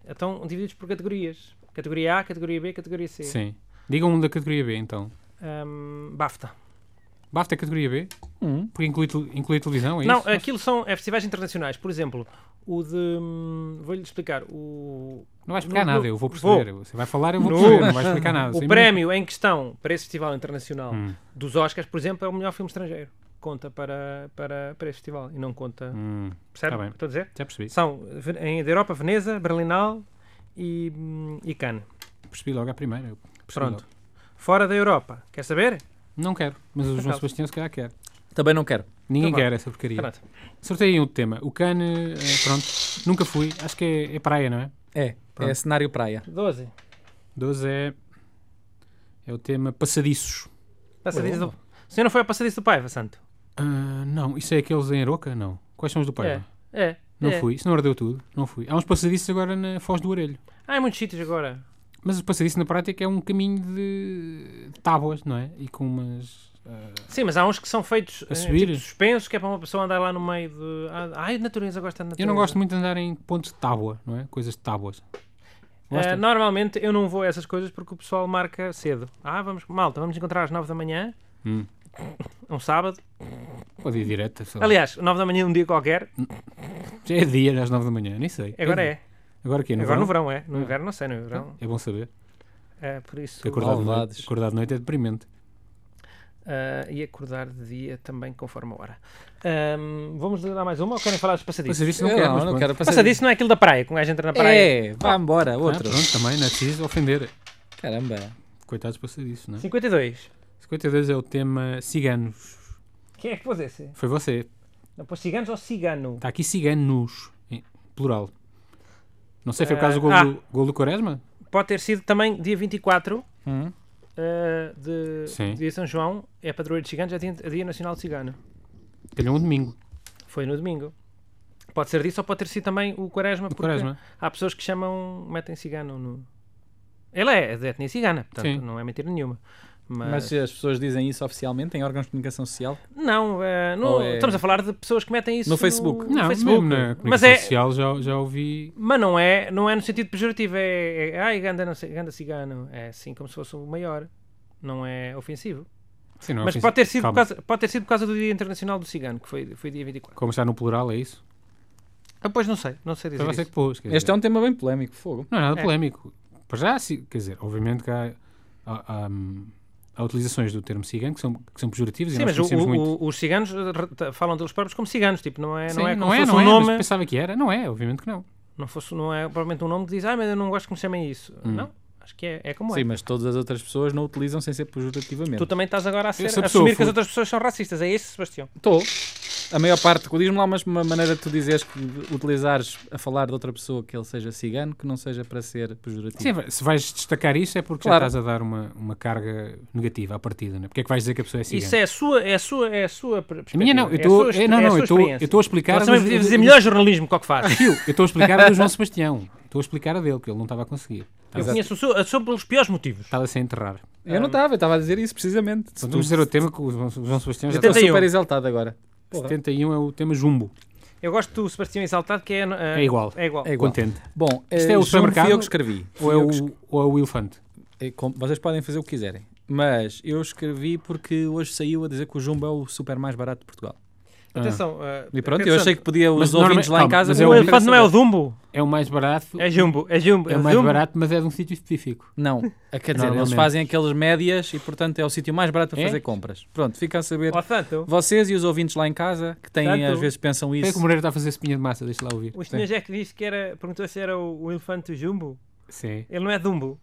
estão divididos por categorias. Categoria A, categoria B, categoria C. sim. Digam um da categoria B, então. Ahm, BAFTA. BAFTA é categoria B? Hum. Porque inclui, te- inclui televisão, é Não, isso? aquilo são é festivais internacionais. Por exemplo, o de. hum, Vou-lhe explicar. O, Não vais explicar no- nada, no- eu vou perceber. Você vai falar, eu vou No- perceber. Não vais explicar nada. o Ah, Sim, prémio em questão para esse festival internacional Hum. dos Oscars, por exemplo, é o melhor filme estrangeiro. Conta para, para, para esse festival e não conta. Hum, Percebe tá o que bem. estou a dizer? já percebi. São Ve- em, da Europa, Veneza, Berlinal e, hum, e Cannes. Percebi logo à primeira. eu percebi Pronto. logo. Fora da Europa. Quer saber? Não quero, mas o João acaso. Sebastião se calhar quer. Também não quero. Ninguém Então vá. quer essa porcaria. Pronto. Sorteiem outro tema. O Cane, pronto, nunca fui. Acho que é, é praia, não é? É, é Pronto. cenário praia. 12. 12 é. É o tema passadiços. Passadiço do... O senhor não foi ao passadiço do Paiva, santo? Ah, não, isso é aqueles em Aroca? Não. Quais são os do Paiva? É. Não é. fui. Isso não ardeu tudo. Não fui. Há uns passadiços agora na Foz do Orelho. Ah, há muitos sítios agora. Mas o passadiço na prática é um caminho de tábuas, não é? E com umas. ah, Sim, mas há uns que são feitos A eh, subir? tipo suspensos, que é para uma pessoa andar lá no meio de. Ah, Ai, a natureza gosta de natureza. eu não gosto muito de andar em pontos de tábua, não é? Coisas de tábuas. Gosta? Eh, normalmente eu não vou a essas coisas porque o pessoal marca cedo. Ah, vamos, malta, vamos encontrar às 9 da manhã, Hum. um sábado. Pode ir direto. sei lá. Aliás, 9 da manhã é um dia qualquer, Já é dia às 9 da manhã, nem sei. agora dia. é. Agora o quê? No agora verão? no verão é. No Ah. inverno não sei, no verão. É bom saber. É, por isso. Porque acordar de, noite, Malvados. acordar de noite é deprimente. ah, e acordar de dia também conforme a hora. Ahm, vamos dar mais uma ou querem falar dos passadiços? Passadiços Eu é, não quero, mas não pronto. quero passar Passadiço não é aquilo da praia, que um gajo entra na praia. É, vá embora, Ah, outro. pronto, também não é preciso ofender. Caramba. Coitados para ser isso, não é? 52. 52 é o tema ciganos. Quem é que pôs esse? Foi você. Não pôs ciganos ou cigano? Está aqui ciganos, em plural. Não sei, foi o caso do Eh, gol, ah. do, gol do Quaresma? Pode ter sido também dia 24 Hum. ah, de Sim. dia de São João, é padroeiro de ciganos, é dia, é dia nacional de cigano. Calhou um domingo, Foi no domingo. Pode ser disso ou pode ter sido também o quaresma, do porque Quaresma. há pessoas que chamam, metem cigano no... Ele é de etnia cigana, portanto Sim. não é mentira nenhuma. Mas se as pessoas dizem isso oficialmente em órgãos de comunicação social? Não, é, não- Ou é- estamos a falar de pessoas que metem isso No Facebook. no Não, Facebook. mesmo na mas comunicação é, social já, já ouvi... mas não é, não é no sentido pejorativo. É, é ai, ganda, não sei- ganda cigano. É assim como se fosse o maior. Não é ofensivo. Sim, não é mas ofensivo. pode ter, sido por Calma. causa, pode ter sido por causa do Dia Internacional do Cigano, que foi, foi dia 24. Como está no plural, é isso? Ah, pois não sei, não sei dizer Foi você isso. que pôs. quer Este dizer. é um tema bem polémico, fogo. Não é nada É. polémico. Para já, ci- quer dizer, obviamente que há, há, há, hum, há utilizações do termo cigano que são, que são pejorativas e Sim, nós mas o- conhecemos o- muito. o- os ciganos eh, re- falam deles próprios como ciganos, tipo, não é, Sim, não é como não se é, fosse não um é, mas nome, pensava que era. Não é, obviamente que não. não, fosse, não é provavelmente um nome que diz, ai, mas eu não gosto que me chamem isso. Hum. Não, acho que é, é como Sim, é. mas todas as outras pessoas não utilizam sem ser pejorativamente. Tu também estás agora a, ser, se a a pessoa assumir que for- as outras pessoas são racistas, é isso, Sebastião? Estou. A maior parte, diz-me lá uma, uma maneira de tu dizeres que utilizares a falar de outra pessoa que ele seja cigano, que não seja para ser pejorativo. Sim, vai- se vais destacar isso é porque Claro. já estás a dar uma, uma carga negativa à partida, não é? Porque é que vais dizer que a pessoa é cigana? Isso é a sua, é a sua, é a sua perspectiva. A minha não, é eu a estou sua é exper- não, é a não, sua eu estou- eu experiência. estou a explicar Você a também do- podia dizer melhor jornalismo que o que faz. Tio, eu estou a explicar a do João Sebastião. Estou a explicar a dele, que ele não estava a conseguir. Eu Estava, conheço o seu, a sua pelos piores motivos. estava sem enterrar. Eu não estava, eu estava a dizer isso precisamente. Então, um vamos dizer o tema que o João, o João Sebastião já Estou 71. super exaltado agora. está. 71 é o tema jumbo. Eu gosto do Sebastião Exaltado, que é. eh, É igual. É igual. É igual. Contente. Bom, Isto eh, é o juro que supermercado? Fui eu que escrevi. Ou Fui é, eu que es- o, ou é o elefante? eh, com- Vocês podem fazer o que quiserem. Mas eu escrevi porque hoje saiu a dizer que o Jumbo é o super mais barato de Portugal. Ah, Atenção. eh, E pronto, Pedro eu achei Santos, que podia os Mas ouvintes normalmente- lá em calma, casa. mas não é O o querem elefante não é o saber. Dumbo. É o mais barato. É Jumbo. É Jumbo. é o mais Jumbo. barato, mas é de um sítio específico. Não, é, quer dizer, eles Normalmente. fazem aqueles médias e portanto é o sítio mais barato para É? fazer compras. Pronto, fica a saber. Ó, Oh, santo. Vocês e os ouvintes lá em casa, que têm, Portanto, às vezes pensam Até que o isso. Moreira está a fazer espinha de massa, deixa lá ouvir. O senhor é que disse que era. Perguntou se era o, o elefante Jumbo. Sim. Ele não é Dumbo.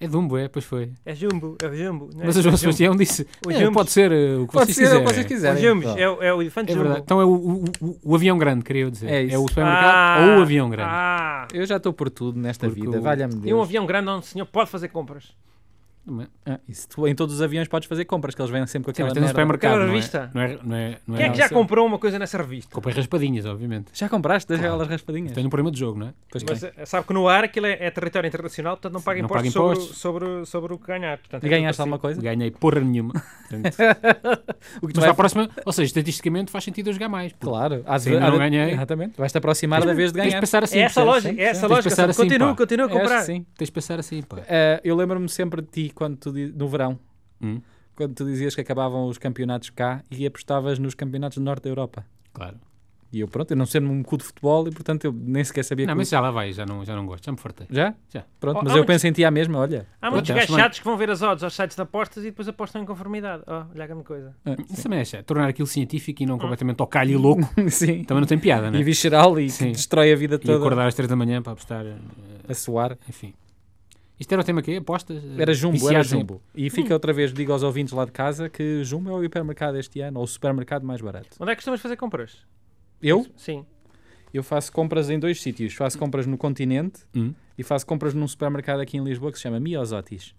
É Dumbo, é, pois foi. É Jumbo, é o Jumbo. não é? Mas o João É Sebastião disse: O "É, Jumbo. pode ser eh, o que Pode vocês ser o quiserem. que vocês O quiserem. Jumbo, Pá. é, o- é o elefante É Jumbo. verdade. Então é o, o- o- o avião grande, queria dizer. É É, isso. o supermercado Ah! ou o avião grande. Ah, Eu já estou por tudo nesta Porque vida, o- valha-me e um Deus. avião grande onde o senhor pode fazer compras. Ah, isso, tu, em todos os aviões podes fazer compras, que eles vêm sempre com Sim, aquela mas tens um merda. supermercado. Aquela não é? revista. Não é, não é, não é, Quem é não, que já isso comprou uma coisa nessa revista? Comprei raspadinhas, obviamente. Já compraste das Claro. aquelas raspadinhas? Tenho um problema de jogo, não é? Pois Mas bem. eh, sabe que no ar aquilo é, é território internacional, portanto não paga Não impostos, paga impostos. Sobre, sobre, sobre o que ganhar. Portanto, E é ganhaste tudo alguma coisa? Ganhei porra nenhuma. Portanto, O que tu mas vai... à próxima, ou seja, estatisticamente faz sentido eu jogar mais. porque Claro, às Sim, vezes- não às- ganhei. Exatamente. Vais-te aproximar da vez de Tens de ganhar. pensar assim. assim. É essa a percebes? lógica, é essa Tens a de lógica. pensar sabe? assim, Continua, pá. continua a É, acho que comprar. sim. Tens de pensar assim, pá. Ah, eu lembro-me sempre de ti quando tu, di- no verão, Hum. quando tu dizias que acabavam os campeonatos cá e apostavas nos campeonatos do norte da Europa. Claro. E eu, pronto, eu não sendo um cu de futebol e portanto eu nem sequer sabia Não, que. mas já lá vai, já não, já não gosto, já me fartei. Já? Já. Pronto, Oh, mas eu há muitos- penso em ti à mesma, olha. Há Pronto, é assim. muitos gajos acho bem. chatos que vão ver as odds aos sites de apostas e depois apostam em conformidade. Oh, olha a grande coisa. Isso também é chato. Tornar aquilo científico e não completamente ao calho e louco Sim. também não tem piada, né? Hum. E visceral e que Sim. destrói a vida E toda acordar às 3 da manhã para apostar, eh, a suar. enfim. Isto era o tema que Apostas? eh, Era jumbo, era viciados em- jumbo. E Hum. fica outra vez, digo aos ouvintes lá de casa que jumbo é o hipermercado este ano, ou o supermercado mais barato. Onde é que costumas fazer compras? Eu? Sim. Eu faço compras em dois sítios. Faço compras no continente Hum. e faço compras num supermercado aqui em Lisboa que se chama Miosotis.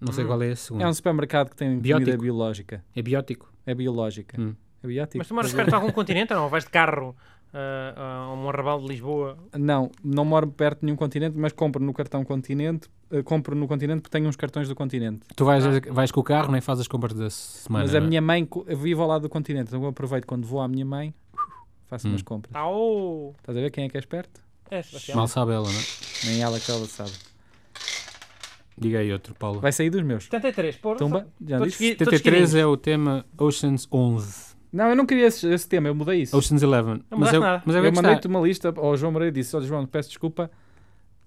Não sei qual é a segunda. É um supermercado que tem comida Biótico. biológica. É biótico. É biológica. Hum. É biótico. Mas tu moras perto de algum continente ou não? Vais de carro ah, a um arrabal de Lisboa? Não, não moro perto de nenhum continente, mas compro no cartão continente. eh, compro no continente porque tenho uns cartões do continente. Tu vais, vais com o carro, nem fazes as compras da semana. Ah. Mas a não é? minha mãe co- eu vivo ao lado do continente, então eu aproveito quando vou à minha mãe, uh, Hum. faço umas compras. Ah, oh! Estás a ver quem é que é esperto? É, Sebastião. Mal sabe ela, não é? Nem ela que ela sabe. Diga aí outro, Paulo. Vai sair dos meus. 73, pô. Tumba, já Então, Todos disse? que- todos 73 queridos. é o tema Oceans 11. Não, eu não queria esse, esse tema, eu mudei isso. Oceans 11. Não mas mudaste é, o- nada. mas é o que eu está. mandei-te uma lista, ao João Moreira disse, olha João, peço desculpa,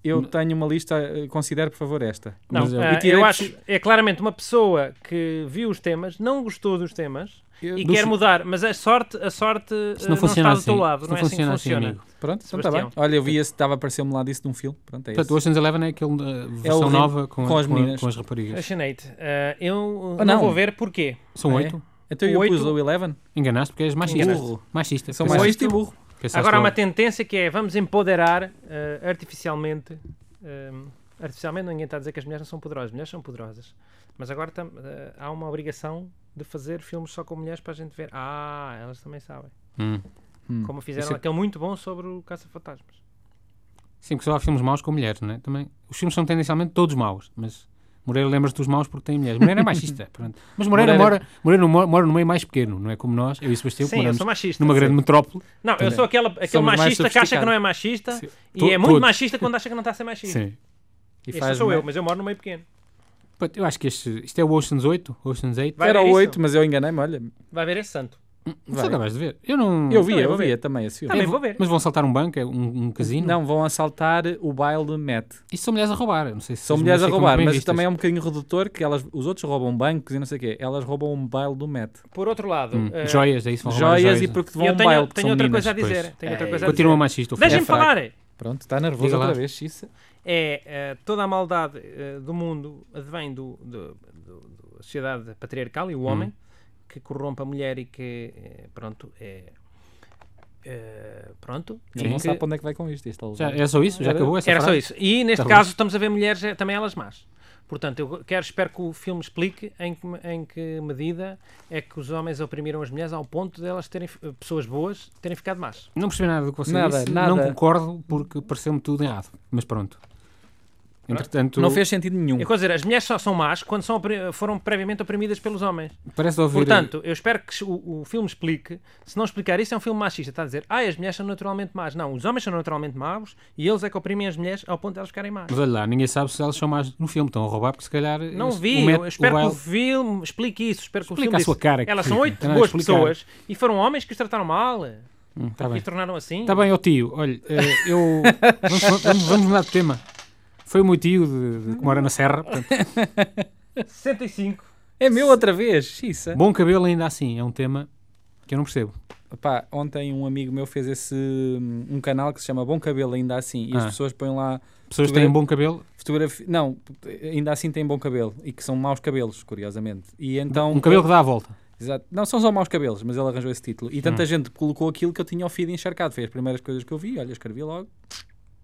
eu Não. tenho uma lista, eh, considere por favor esta. Não, Mas eu- ah, E tirei eu de- acho é claramente uma pessoa que viu os temas, não gostou dos temas Eu- e do quer fi- mudar, mas a sorte, a sorte Se ah, não funciona está do assim. teu lado, se não, é assim que funciona funciona. amigo. Pronto, então está bem. Sebastião. Olha, eu vi esse, estava a aparecer-me lá disso de um filme, pronto, é Portanto, o esse. Oceans 11 é aquele uh, versão horrível. nova com, Com as com a- meninas. com as raparigas. Apaixonei-te. Ah, eu ah, Ah, não. não. vou ver porquê. São Ah, é? oito. é Então eu oito- pus o Eleven, Enganaste porque és machista. Enganaste. Burro. Machista. são Pensaste- mais este e burro. pensaste Agora há uma logo. tendência que é vamos empoderar ah, artificialmente. ah, artificialmente ninguém está a dizer que as mulheres não são poderosas, as mulheres são poderosas. Mas agora tam- ah, há uma obrigação de fazer filmes só com mulheres para a gente ver. Ah, elas também sabem. Hum. Hum. Como fizeram Isso é- aquele muito bom sobre o Caça-Fantasmas. Sim, porque só há filmes maus com mulheres, não é? Também. Os filmes são tendencialmente todos maus, mas Moreira lembra-se dos maus porque tem mulheres. Moreira é machista. pronto. Mas Moreira, Moreira- Mora, Moreira mora, mora num meio mais pequeno, não é como nós, eu e o Sebastião, que Sim, eu moramos sou machista. numa sim. grande metrópole. Não, eu sou aquela, aquele Somos mais machista que acha que sofisticados. não é machista Sim. e To- é muito todos. machista quando acha que não está a ser machista. Sim. E Este sou me- eu, mas eu moro no meio pequeno. Pronto, Eu acho que este, isto é o Oceans 8, Oceans 8. Vai Era ver o isso? 8, mas eu enganei-me, olha. Vai ver esse santo. Só vai. acabaste de ver. Eu não. Eu via, Também eu vou ver. via também esse filme. Também vou ver. Mas vão saltar um banco, é um, um casino? Não, vão assaltar o baile de Matt. Isto são mulheres a roubar. eu Não sei se São as mulheres a ficam roubar, bem mas vistas. também é um bocadinho redutor que elas, os outros roubam bancos e não sei o quê. Elas roubam um baile do Met. Por outro lado, Hum, eh, Joias, é isso? Vão roubar Joias e né? porque vão a eu um tenho, baile, porque tenho são outra meninas, coisa a dizer. pois. É, Tenho outra Ei. coisa a Continua dizer. machista. o filme. Deixem-me É fraco. falar. Pronto, está nervoso Diga lá. outra vez. Isso. É, eh, toda a maldade eh, do mundo advém do, do- do- da sociedade patriarcal e Hum. o homem que corrompe a mulher e que, eh, pronto, é. eh, pronto. Ele e não que- sabe para onde é que vai com isto. este aluno. Já, é só isso? Já Era- acabou essa Era só frase? isso. E neste Tá bom. caso estamos a ver mulheres, eh, também elas más. Portanto, eu quero, espero que o filme explique em que, me- em que medida é que os homens oprimiram as mulheres ao ponto de elas terem, fi- eh, pessoas boas, terem ficado más. Não percebi nada do que você Nada, disse. nada. Não concordo porque pareceu-me tudo errado. Mas pronto. Entretanto, Não fez sentido nenhum. Eu quero dizer, as mulheres só são más quando são, opri- foram previamente oprimidas pelos homens. parece ouvir. Portanto, eu espero que o, o filme explique. Se não explicar isso, é um filme machista. Está a dizer, ah, as mulheres são naturalmente más. Não, os homens são naturalmente maus e eles é que oprimem as mulheres ao ponto de elas ficarem más. Mas olha lá, ninguém sabe se elas são mais no filme. Estão a roubar porque se calhar. Não esse- vi, o Matt- eu espero o que o Bale- filme explique isso. Espero que o Explica filme a sua disse, cara que Elas são fica, oito tem nada a boas explicar." pessoas e foram homens que os trataram mal e Hum, tá que bem. os tornaram assim. Está bem, ó tio. Olha, eh, eu. vamos, vamos, vamos mudar de tema. Foi o meu tio de, de, que mora na Serra. portanto, 65. É meu outra vez. Xiça. bom cabelo ainda assim. É um tema que eu não percebo. Pá, ontem um amigo meu fez esse um canal que se chama Bom Cabelo, ainda assim, e as Ah. pessoas põem lá Pessoas Tu que têm vê- bom cabelo, fotografia. Não, ainda assim têm bom cabelo e que são maus cabelos, curiosamente. E então. um cabelo que Hum. dá a volta. Exato. Não são só maus cabelos, mas ele arranjou esse título. E tanta gente colocou aquilo que eu tinha ao feed encharcado. Foi as primeiras coisas que eu vi, olha, escrevi logo.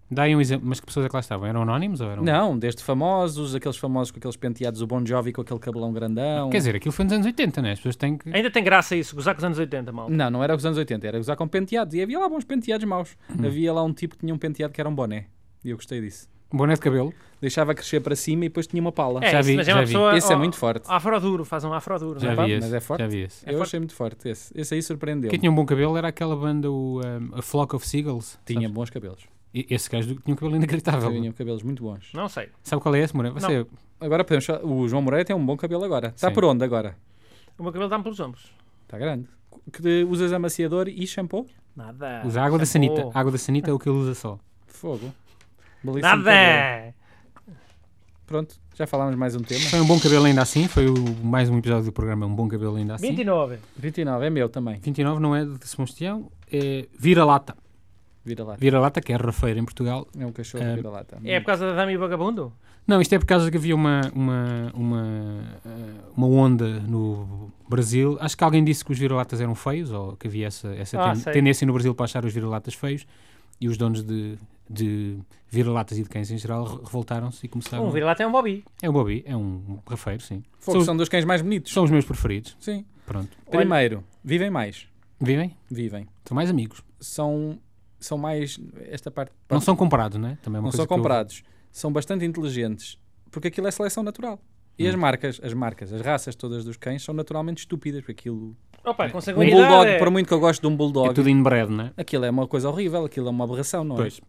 Dá aí um exemplo. Mas que pessoas é que lá estavam? Eram anónimos ou eram. Não, desde famosos, aqueles famosos com aqueles penteados, o Bon Jovi com aquele cabelão grandão. Quer dizer, aquilo foi nos anos 80, né? As pessoas têm É. que. Ainda tem graça isso, gozar com os anos 80, mal. Não, não era os anos 80, era usar com penteados. E havia lá bons penteados maus. Havia lá um tipo que tinha um penteado que era um boné. E eu gostei disso. Boné de cabelo. Deixava crescer para cima e depois tinha uma pala. É, Já isso, vi, mas é uma já vi. pessoa. Esse é ó, muito forte. Afroduro, faz um afroduro. Já não é? pá, vi esse. mas é forte. Já vi esse. eu achei muito forte esse. Esse aí surpreendeu. Quem tinha um bom cabelo era aquela banda, o, um, a Flock of Seagulls. Tinha sabes? bons cabelos. E esse gajo tinha um cabelo inacreditável. Tinha cabelos muito bons. Não sei. Sabe qual é esse, Moreira? Você, Agora podemos. só- O João Moreira tem um bom cabelo agora. Está Sim. por onde agora? O meu cabelo dá-me pelos ombros. Está grande. Que usas amaciador e shampoo? Nada. usa água Ah. da Shampoo. Oh. sanita. A água da sanita é o que ele usa só. Fogo. Belíssimo cabelo. Nada! Pronto, já falámos mais um tema. Foi um bom cabelo ainda assim. Foi o- mais um episódio do programa Um Bom Cabelo ainda assim. 29. 29 é meu também. 29 não é de Sebastião. É vira-lata. Vira lá. Vira-lata, que é rafeira em Portugal. É um cachorro É. vira lá. Tá. É por causa da Dami Vagabundo? Não, isto é por causa que havia uma, uma, uma, eh, uma onda no Brasil. Acho que alguém disse que os vira-latas eram feios, ou que havia essa, essa Ah, ten- sei. tendência no Brasil para achar os vira-latas feios. E os donos de, de vira-latas e de cães em geral re- revoltaram-se e começaram. Um vira lá tem um Bobby. É o Bobby, é um rafeiro, sim. Fogo, São- são dos cães mais bonitos. São os meus preferidos. Sim. Pronto. Olha- Primeiro, vivem mais. Vivem? Vivem. São mais amigos. São, são mais. Esta parte. Não são comprados, não é? Também é uma não coisa são que eu- comprados. São bastante inteligentes. Porque aquilo é seleção natural. E as Hum. marcas, as marcas, as raças todas dos cães são naturalmente estúpidas. Porque aquilo. Opa, com Um sanguinidade. bulldog, é- por muito que eu gosto de um É bulldog, tudo inbred, não é? aquilo é uma coisa horrível, aquilo é uma aberração, não Pois.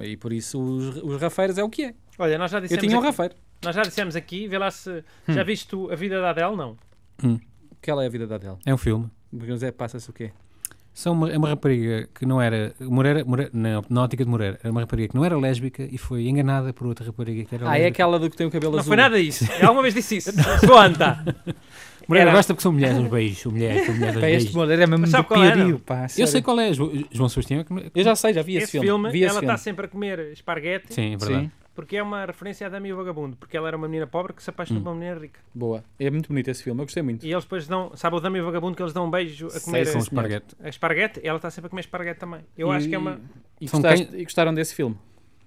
é? E por isso os, os rafeiros é o que é. Olha, nós já Eu dissemos. tinha um aqui, rafeiro. Nós já dissemos aqui, vê lá se. Hum. Já viste tu a vida da Adele? Não. Aquela é a vida da dela. É um filme. Mas é, passa-se o quê? São uma, é uma rapariga que não era. Moreira, Moreira, na, na ótica de Moreira, era uma rapariga que não era lésbica e foi enganada por outra rapariga que era Ah, é lésbica. aquela do que tem o cabelo Não azul. foi nada isso. Eu alguma vez disse isso. Conta! Moreira era- gosta porque são mulheres, uns beijos, são mulheres, são mulheres, uns Pá, este beijos. Moreira é mesmo Mas do sabe qual é, piorio, não? pá. Eu sério. sei qual é, Jo- João Sebastião. é que- Eu já sei, já vi esse, Esse filme. filme, Vi esse ela tá filme. está sempre a comer esparguete Sim, é verdade. Sim, porque é uma referência à Dami e o Vagabundo. Porque ela era uma menina pobre que se Hum. apaixonou por uma menina rica. boa. É muito bonito esse filme, eu gostei muito. E eles depois dão. Sabe o Dami e o Vagabundo que eles dão um beijo a Sei, comer sim, Com senhor. esparguete. a esparguete? Ela está sempre a comer esparguete também. Eu E- acho que é uma. E, São gostaste- quem- e gostaram desse filme?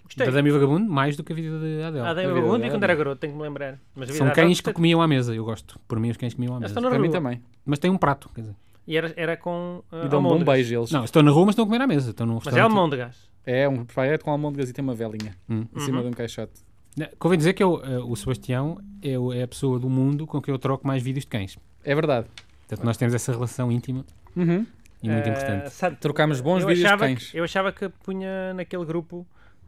Gostei. Da Dami Vagabundo, é mais do que a vida da Adele. Ah, dei A o vida vagabundo dela, e quando era garoto, tenho que me lembrar. Mas a vida São dela cães que gostei. comiam à mesa, eu gosto. Por mim, os cães comiam à Eles mesa. estão na Para mim rua. também. Mas tem um prato, quer dizer. E era, era com. ah, E dão um bom almôndegas. beijo eles. Não, estão na rua, mas estão a comer à mesa. Estão num um Mas é restaurante- almôndegas. É um paete com almôndegas e tem uma velinha Hum. em Uhum. cima de um caixote. Não, Convém dizer que eu, eh, o Sebastião é, o- é a pessoa do mundo com quem eu troco mais vídeos de cães. É verdade. Portanto, nós temos essa relação íntima Uhum. e muito Ah, importante. sabe, Trocámos bons eu vídeos de achava cães. Que, eu achava que punha naquele grupo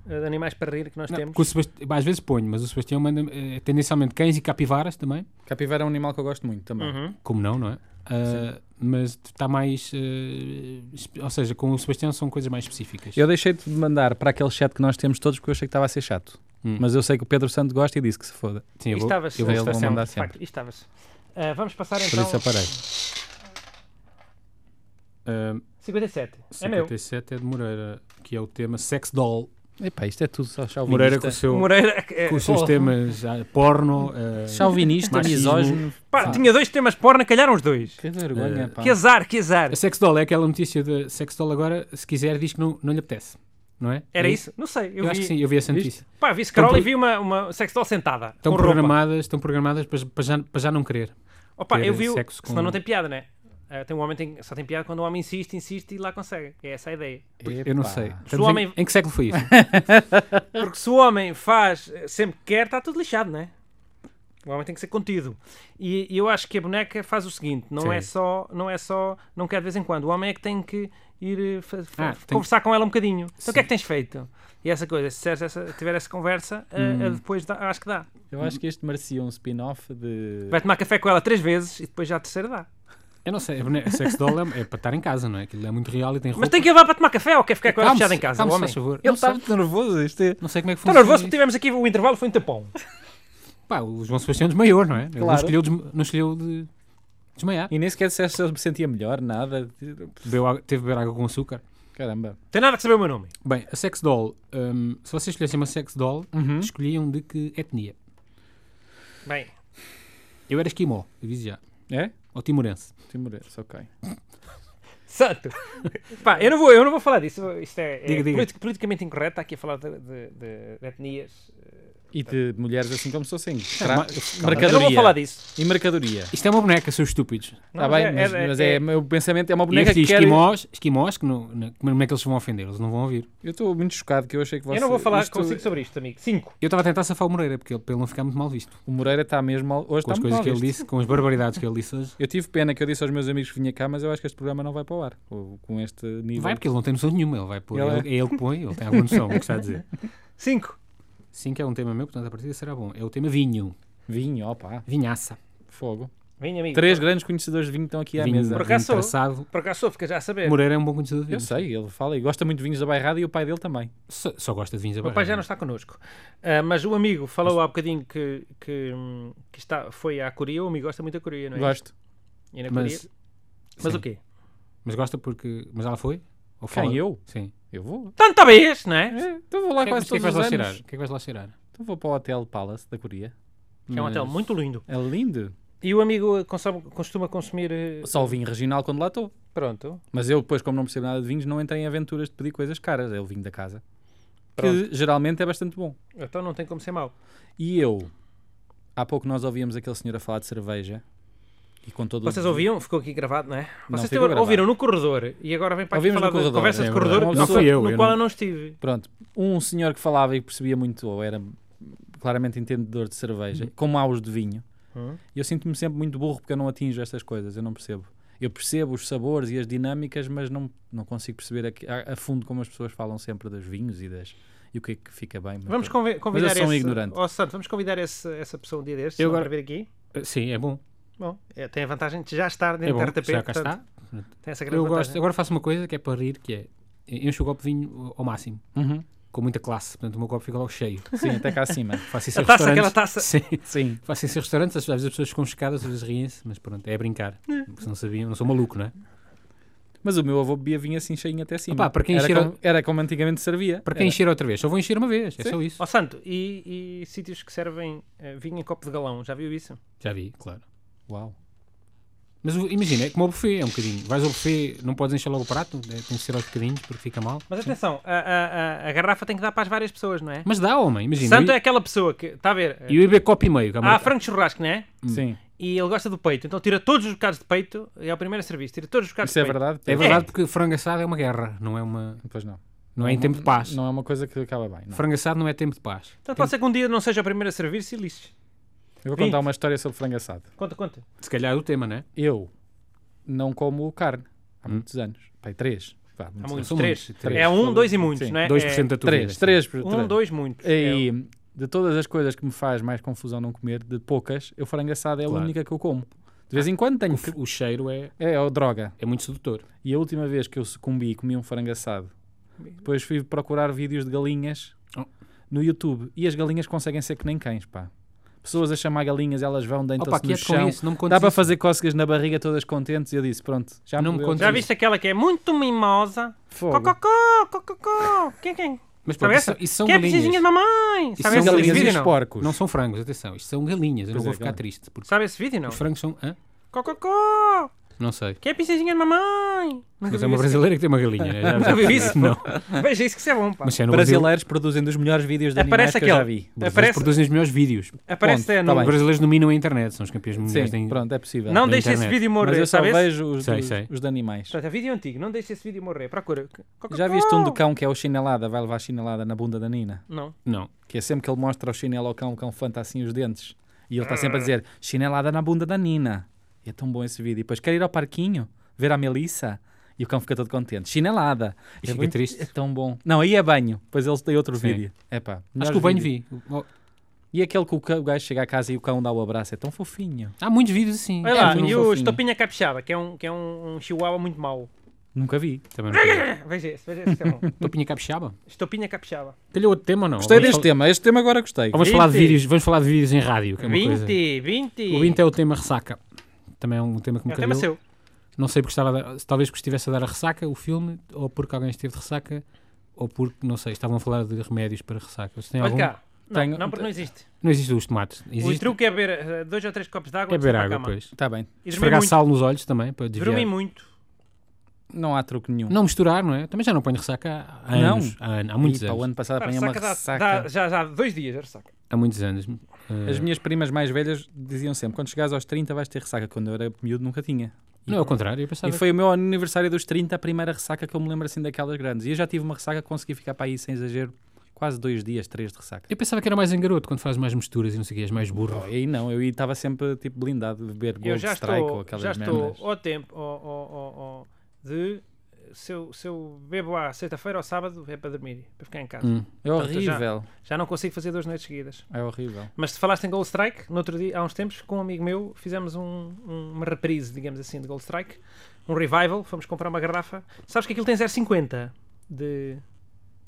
ah, de animais para rir que nós Não, temos. que o Sebasti- às vezes ponho, mas o Sebastião manda eh, tendencialmente cães e capivaras também. Capivara é um animal que eu gosto muito também. Uhum. Como não, não é? Ah, mas está mais. eh, espe- ou seja, com o Sebastião são coisas mais específicas. Eu deixei de mandar para aquele chat que nós temos todos porque eu achei que estava a ser chato. Hum. Mas eu sei que o Pedro Santo gosta e disse que se foda. Sim, eu Isto vou, Estava-se. eu vou Ele estar vão sempre- mandar De facto, sempre. isto Estava-se. Ah, vamos passar Por então. isso aparei. Ah, 57. É meu. 57 é de Moreira, que é o tema Sex Doll. Epá, isto é tudo só chauvinista. Moreira com, o seu- O Moreira. é, com os seus oh, temas ah, porno. eh, Chauvinista, Machismo. misógino. pá, tinha dois temas porno, calharam os dois. Que vergonha, pá. Que azar, que azar. a Sex Doll é aquela notícia de Sex Doll agora, se quiser, diz que não, não lhe apetece. Não é? Era É isso? Não sei. Eu, Eu, vi. acho que sim, eu vi essa Viste? notícia. Pá, vi scroll Estão e vi uma, uma sexual sentada. Estão com roupa. programadas, estão programadas para, para já, para já não querer. Opa, ter eu vi. o- sexo com- Senão não tem piada, né? é? tem um homem tem, só tem piada quando o homem insiste, insiste e lá consegue. É essa a ideia. Eu não Epá. sei. Estamos Se o homem- em, em que século foi isso? Porque se o homem faz eh, sempre que quer, está tudo lixado, não é? O homem tem que ser contido. E, e eu acho que a boneca faz o seguinte: não Sim. é só, não é só, não quer de vez em quando. O homem é que tem que ir eh, fa- fa- Ah, tem- conversar com ela um bocadinho. Então Sim. o que é que tens feito? E essa coisa, se tiveres essa, tiver essa conversa, eh, Hum. eh, depois dá- acho que dá. Eu acho que este merecia um spin-off de. Vai tomar café com ela três vezes e depois já a terceira dá. Eu não sei, a boneca- a sex doll é, é para estar em casa, não é? Aquilo é muito real e tem roupa. Mas tem que ir lá para tomar café ou quer ficar com ela Calme-se, fechada em casa? O calme-se, homem. faz favor. Ele não, está sei, muito nervoso. Isto é... não sei como é que Está funciona. nervoso porque isto. tivemos aqui o intervalo, foi um tapão. Pá, o João Sebastião desmaiou, não é? Ele não Claro. escolheu, desma- não escolheu de... Desmaiar. E nem sequer disseste se ele me sentia melhor, nada. Bebeu água- teve de beber água com açúcar. Caramba. Tem nada a saber o meu nome. Bem, a sex doll. hum, se vocês escolhessem uma sex doll, Uhum. escolhiam de que etnia? Bem, Eu era esquimó, aviso já. É? Ou timorense. Timorense, ok. santo! Pá, eu não vou, eu não vou falar disso. Isto é, é Diga, diga. politi- politicamente incorreto. Está aqui a falar de, de- de etnias. E de mulheres assim como se fossem. ma- Tra... Eu não vou Mercadoria. falar disso. E mercadoria. Isto é uma boneca, seus estúpidos. Está Não, bem, mas, mas é, meu pensamento é uma E boneca estes que quer... esquimós, esquimós que não, não- como é que eles se vão ofender? Eles não vão ouvir. Eu estou muito chocado que eu achei que você... Eu não vou falar isto- consigo sobre isto, amigo. Cinco. Eu estava a tentar safar o Moreira, porque ele, para ele não ficar muito mal visto. O Moreira está mesmo... mal- Hoje Com as está coisas Tá mal que ele visto. disse, com as barbaridades que ele disse hoje. Eu tive pena que eu disse aos meus amigos que vinha cá, mas eu acho que este programa não vai para o ar. ou Com este nível. Vai, porque ele não tem noção nenhuma. Ele vai pôr. Ele ele- é ele que põe, ele tem alguma noção do que está a dizer. Cinco. 5 é um tema meu, portanto, a partida será bom. É o tema vinho. Vinho, opá. Vinhaça. Fogo. Vem, amigo. Três grandes conhecedores de vinho estão aqui à vinho mesa. Por acaso sou. traçado. Por acaso sou, fica já a saber. Moreira é um bom conhecedor de Eu vinhos. sei, ele fala e gosta muito de vinhos da bairrada e o pai dele também. Só, só gosta de vinhos O meu pai já não abarrados. está connosco. Ah, mas o amigo falou há bocadinho que, que, hum, que está, foi à Coreia. O amigo gosta muito da Coreia, não é? Gosto. E na Coreia. Mas, Mas sim. o quê? mas gosta porque. Mas ela foi? Ou Quem, fala? eu? Sim. Eu vou. Tanta vez, Então, não é? É, então vou lá O que, mas quase o que é que todos vais lá os cheirar? anos. O que é que vais lá cheirar? Então vou para o Hotel Palace da Coreia. Que é um hotel muito lindo. É lindo. E o amigo consome- costuma consumir. eh, Só o vinho regional quando lá estou. Pronto. Mas eu depois, como não percebo nada de vinhos, não entrei em aventuras de pedir coisas caras. É o vinho da casa. Pronto. Que geralmente é bastante bom. Então não tem como ser mau. E eu, há pouco nós ouvíamos aquele senhor a falar de cerveja. E com todo o- Vocês ouviam? Ficou aqui gravado, não é? Não, Vocês ficou tiveram- gravado. ouviram no corredor e agora vem para aqui Ouvimos no falar de corredor, conversas é de verdade. corredor Não no fui qual- eu, no eu qual não- eu não estive. Pronto, um senhor que falava e que percebia muito, ou era claramente entendedor de cerveja, como há os de vinho. Hum. E eu sinto-me sempre muito burro porque eu não atinjo estas coisas, eu não percebo. Eu percebo os sabores e as dinâmicas, mas não, não consigo perceber aqui- a, a fundo como as pessoas falam sempre dos vinhos e, das, e o que é que fica bem. mas Vamos pronto. convi- convidar sou um esse. ignorante. Ó, Santo, vamos convidar esse- essa pessoa um dia destes Eu não, agora- para vir aqui. Ah, Sim, é bom. Bom, é, tem a vantagem de já estar É dentro bom. da RTP. Já cá portanto, está. Tem essa grande Eu vantagem. gosto. Agora faço uma coisa que é para rir, que é encho o copo de vinho ao máximo, Uhum. com muita classe, portanto o meu copo fica logo cheio. Sim, até cá acima. Faço isso A em taça, aquela restaurantes. taça. Sim. Sim. Faço isso em restaurantes, às vezes as pessoas ficam chocadas, às vezes riem-se, mas pronto, é a brincar. Porque se não sabiam, não sou maluco, não é? Mas o meu avô bebia vinho assim cheinho até cima. Opá, para quem era, cheira- como, era como antigamente servia. Para quem Era- encher outra vez, só vou encher uma vez, é só isso. Ó Oh, Santo, e, e sítios que servem eh, vinho em copo de galão, já viu isso? Já vi, claro. Uau. Mas o- imagina, é como o buffet, é um bocadinho. Vais ao buffet, não podes encher logo o prato, é, tem que ser aos bocadinhos porque fica mal. Mas atenção, a, a- a- a garrafa tem que dar para as várias pessoas, não é? Mas dá, homem, imagina. Santo eu- é Ah, aquela pessoa que, está a ver, eh, E o IB copo e meio, que é a há malta- frango churrasco, não é? Sim. E ele gosta do peito, então tira todos os bocados de peito, é o primeiro serviço, tira todos os bocados Isso é de peito. verdade? É verdade porque frango assado é uma guerra, não é uma. Pois não. Não é em Não- tempo de paz. Não é uma coisa que acaba bem. não. Frango assado não é tempo de paz. Então pode ser que um dia não seja o primeiro a servir-se e lixe. Eu vou contar Vinte. uma história sobre frango assado. Conta, conta. Se calhar é o tema, não é? Eu não como carne Hum? há muitos anos. Pai, três. Vá, Há muitos muitos, são três. muitos, três. É um, dois e Sim. muitos, não é? 2% da anos. tua vida. Três, sim. três. por- é, Um, três. dois, muitos. É E de todas as coisas que me faz mais confusão não comer, de poucas, eu frango assado é a Claro. única que eu como. De vez em quando tenho. que- O, o cheiro é, É, é droga. é muito sedutor. E a última vez que eu sucumbi e comi um frango assado, depois fui procurar vídeos de galinhas Oh. no YouTube. E as galinhas conseguem ser que nem cães, pá. Pessoas a chamar galinhas, elas vão, Opa, deitam-se no quieto com chão. isso, não me contes Dá para isso. fazer cócegas na barriga todas contentes. E eu disse, pronto, já Não me deu. contes Já viste aquela que é muito mimosa? Fogo. Cococó, cococó. Quem, quem? Mas pronto, Sabe isso, essa? isso são que é galinhas. precisinha de mamãe. Sabe são São esse galinhas vídeo, e os não? porcos. Não são frangos, atenção, isto são galinhas, eu não Pois vou é, ficar claro. triste. Porque Sabe esse vídeo, não? os frangos são. Hã? Cococó. Não sei. Que é precisinha de mamãe. Mas é uma brasileira que tem uma galinha, né? Já- já Nunca vi isso. Não. Veja isso que isso é bom, pá. Mas se é no Brasil, Brasileiros produzem dos melhores vídeos de animais Aparece que eu já aquele. vi. os brasileiros Aparece, produzem os melhores vídeos. aparece Ponto, é tá no- Os bem. brasileiros dominam a internet, são os campeões mundiais da Sim, in- pronto, é possível. Não na deixe esse internet. vídeo Mas morrer, eu só sabe? esse? vejo os, Sei, dos- sei. os de animais. Portanto, é vídeo antigo, não deixe esse vídeo morrer. Procura. Cococó. Já viste um do cão que é o chinelada? Vai levar a chinelada na bunda da Nina. Não. Não. Que é sempre que ele mostra o chinelo ao cão, o cão fanta assim os dentes. E ele está sempre a dizer, chinelada na bunda da Nina. E é tão bom esse vídeo. E depois, quer ir ao parquinho? Ver a Melissa? E o cão fica todo contente. Chinelada. E é fica muito- triste. É tão bom. Não, aí é banho. Pois eles têm outro Sim. vídeo. É pá. Acho que o banho vi. Oh, E aquele que o ca- o gajo chega a casa e o cão dá o abraço. É tão fofinho. Há muitos vídeos assim. Olha É lá, muito e o fofinho. Estopinha Capixaba, que é um, que é um, um chihuahua muito mau. Nunca vi. Também não assim. sei. Veja esse, veja esse que é bom. Topinha capixaba. Estopinha Capixaba. Calhou outro tema ou não? Gostei Vamos deste fal- tema. Este tema agora gostei. Ou Vamos falar, de 20. vídeos, vamos falar de vídeos em rádio, que é uma coisa. 20, 20. O 20 é o tema ressaca. também é um tema que me É um tema calhou. seu. Não sei porque estava a dar, se talvez porque estivesse a dar a ressaca o filme, ou porque alguém esteve de ressaca, ou porque, não sei, estavam a falar de remédios para ressaca. Tem Olha algum? cá. Não, Tenho- não, porque não existe. Não existe os tomates. O Existe truque é beber eh, dois ou três copos de água é antes beber de ir para a água, cama. pois. Está Tá bem. E dormir Esfregar muito. sal nos olhos também, para Dormir desviar. muito. Não há truque nenhum. Não misturar, não é? Também já não ponho ressaca há há Não. anos. Há, an- há muitos Ih, pá, o anos. ano passado Pá, apanhei uma ressaca dá- ressaca. dá- já, já, há dois dias, a ressaca. Há muitos anos. Eh, As minhas primas mais velhas diziam sempre: quando chegares aos 30 vais ter ressaca. Quando eu era miúdo nunca tinha. Não é ao contrário, eu E pensava. foi o meu aniversário dos 30, a primeira ressaca que eu me lembro assim daquelas grandes. E eu já tive uma ressaca que consegui ficar para aí sem exagero quase dois dias, três de ressaca. Eu pensava que era mais em garoto, quando fazes mais misturas e não sei o que, és mais burro. Oh, e aí não, eu estava sempre tipo blindado de beber Eu Gold já Strike ou estou, aquelas já merdas. estou ao tempo ao, ao- ao- ao- de se eu, se eu bebo à sexta-feira ou sábado é para dormir, para ficar em casa. Hum. É Portanto, eu já- horrível. Já não consigo fazer duas noites seguidas. É horrível. Mas se falaste em Gold Strike, no outro dia, há uns tempos, com um amigo meu, fizemos um- um- uma reprise, digamos assim, de Gold Strike, um revival, fomos comprar uma garrafa. Sabes que aquilo tem 0,50 de.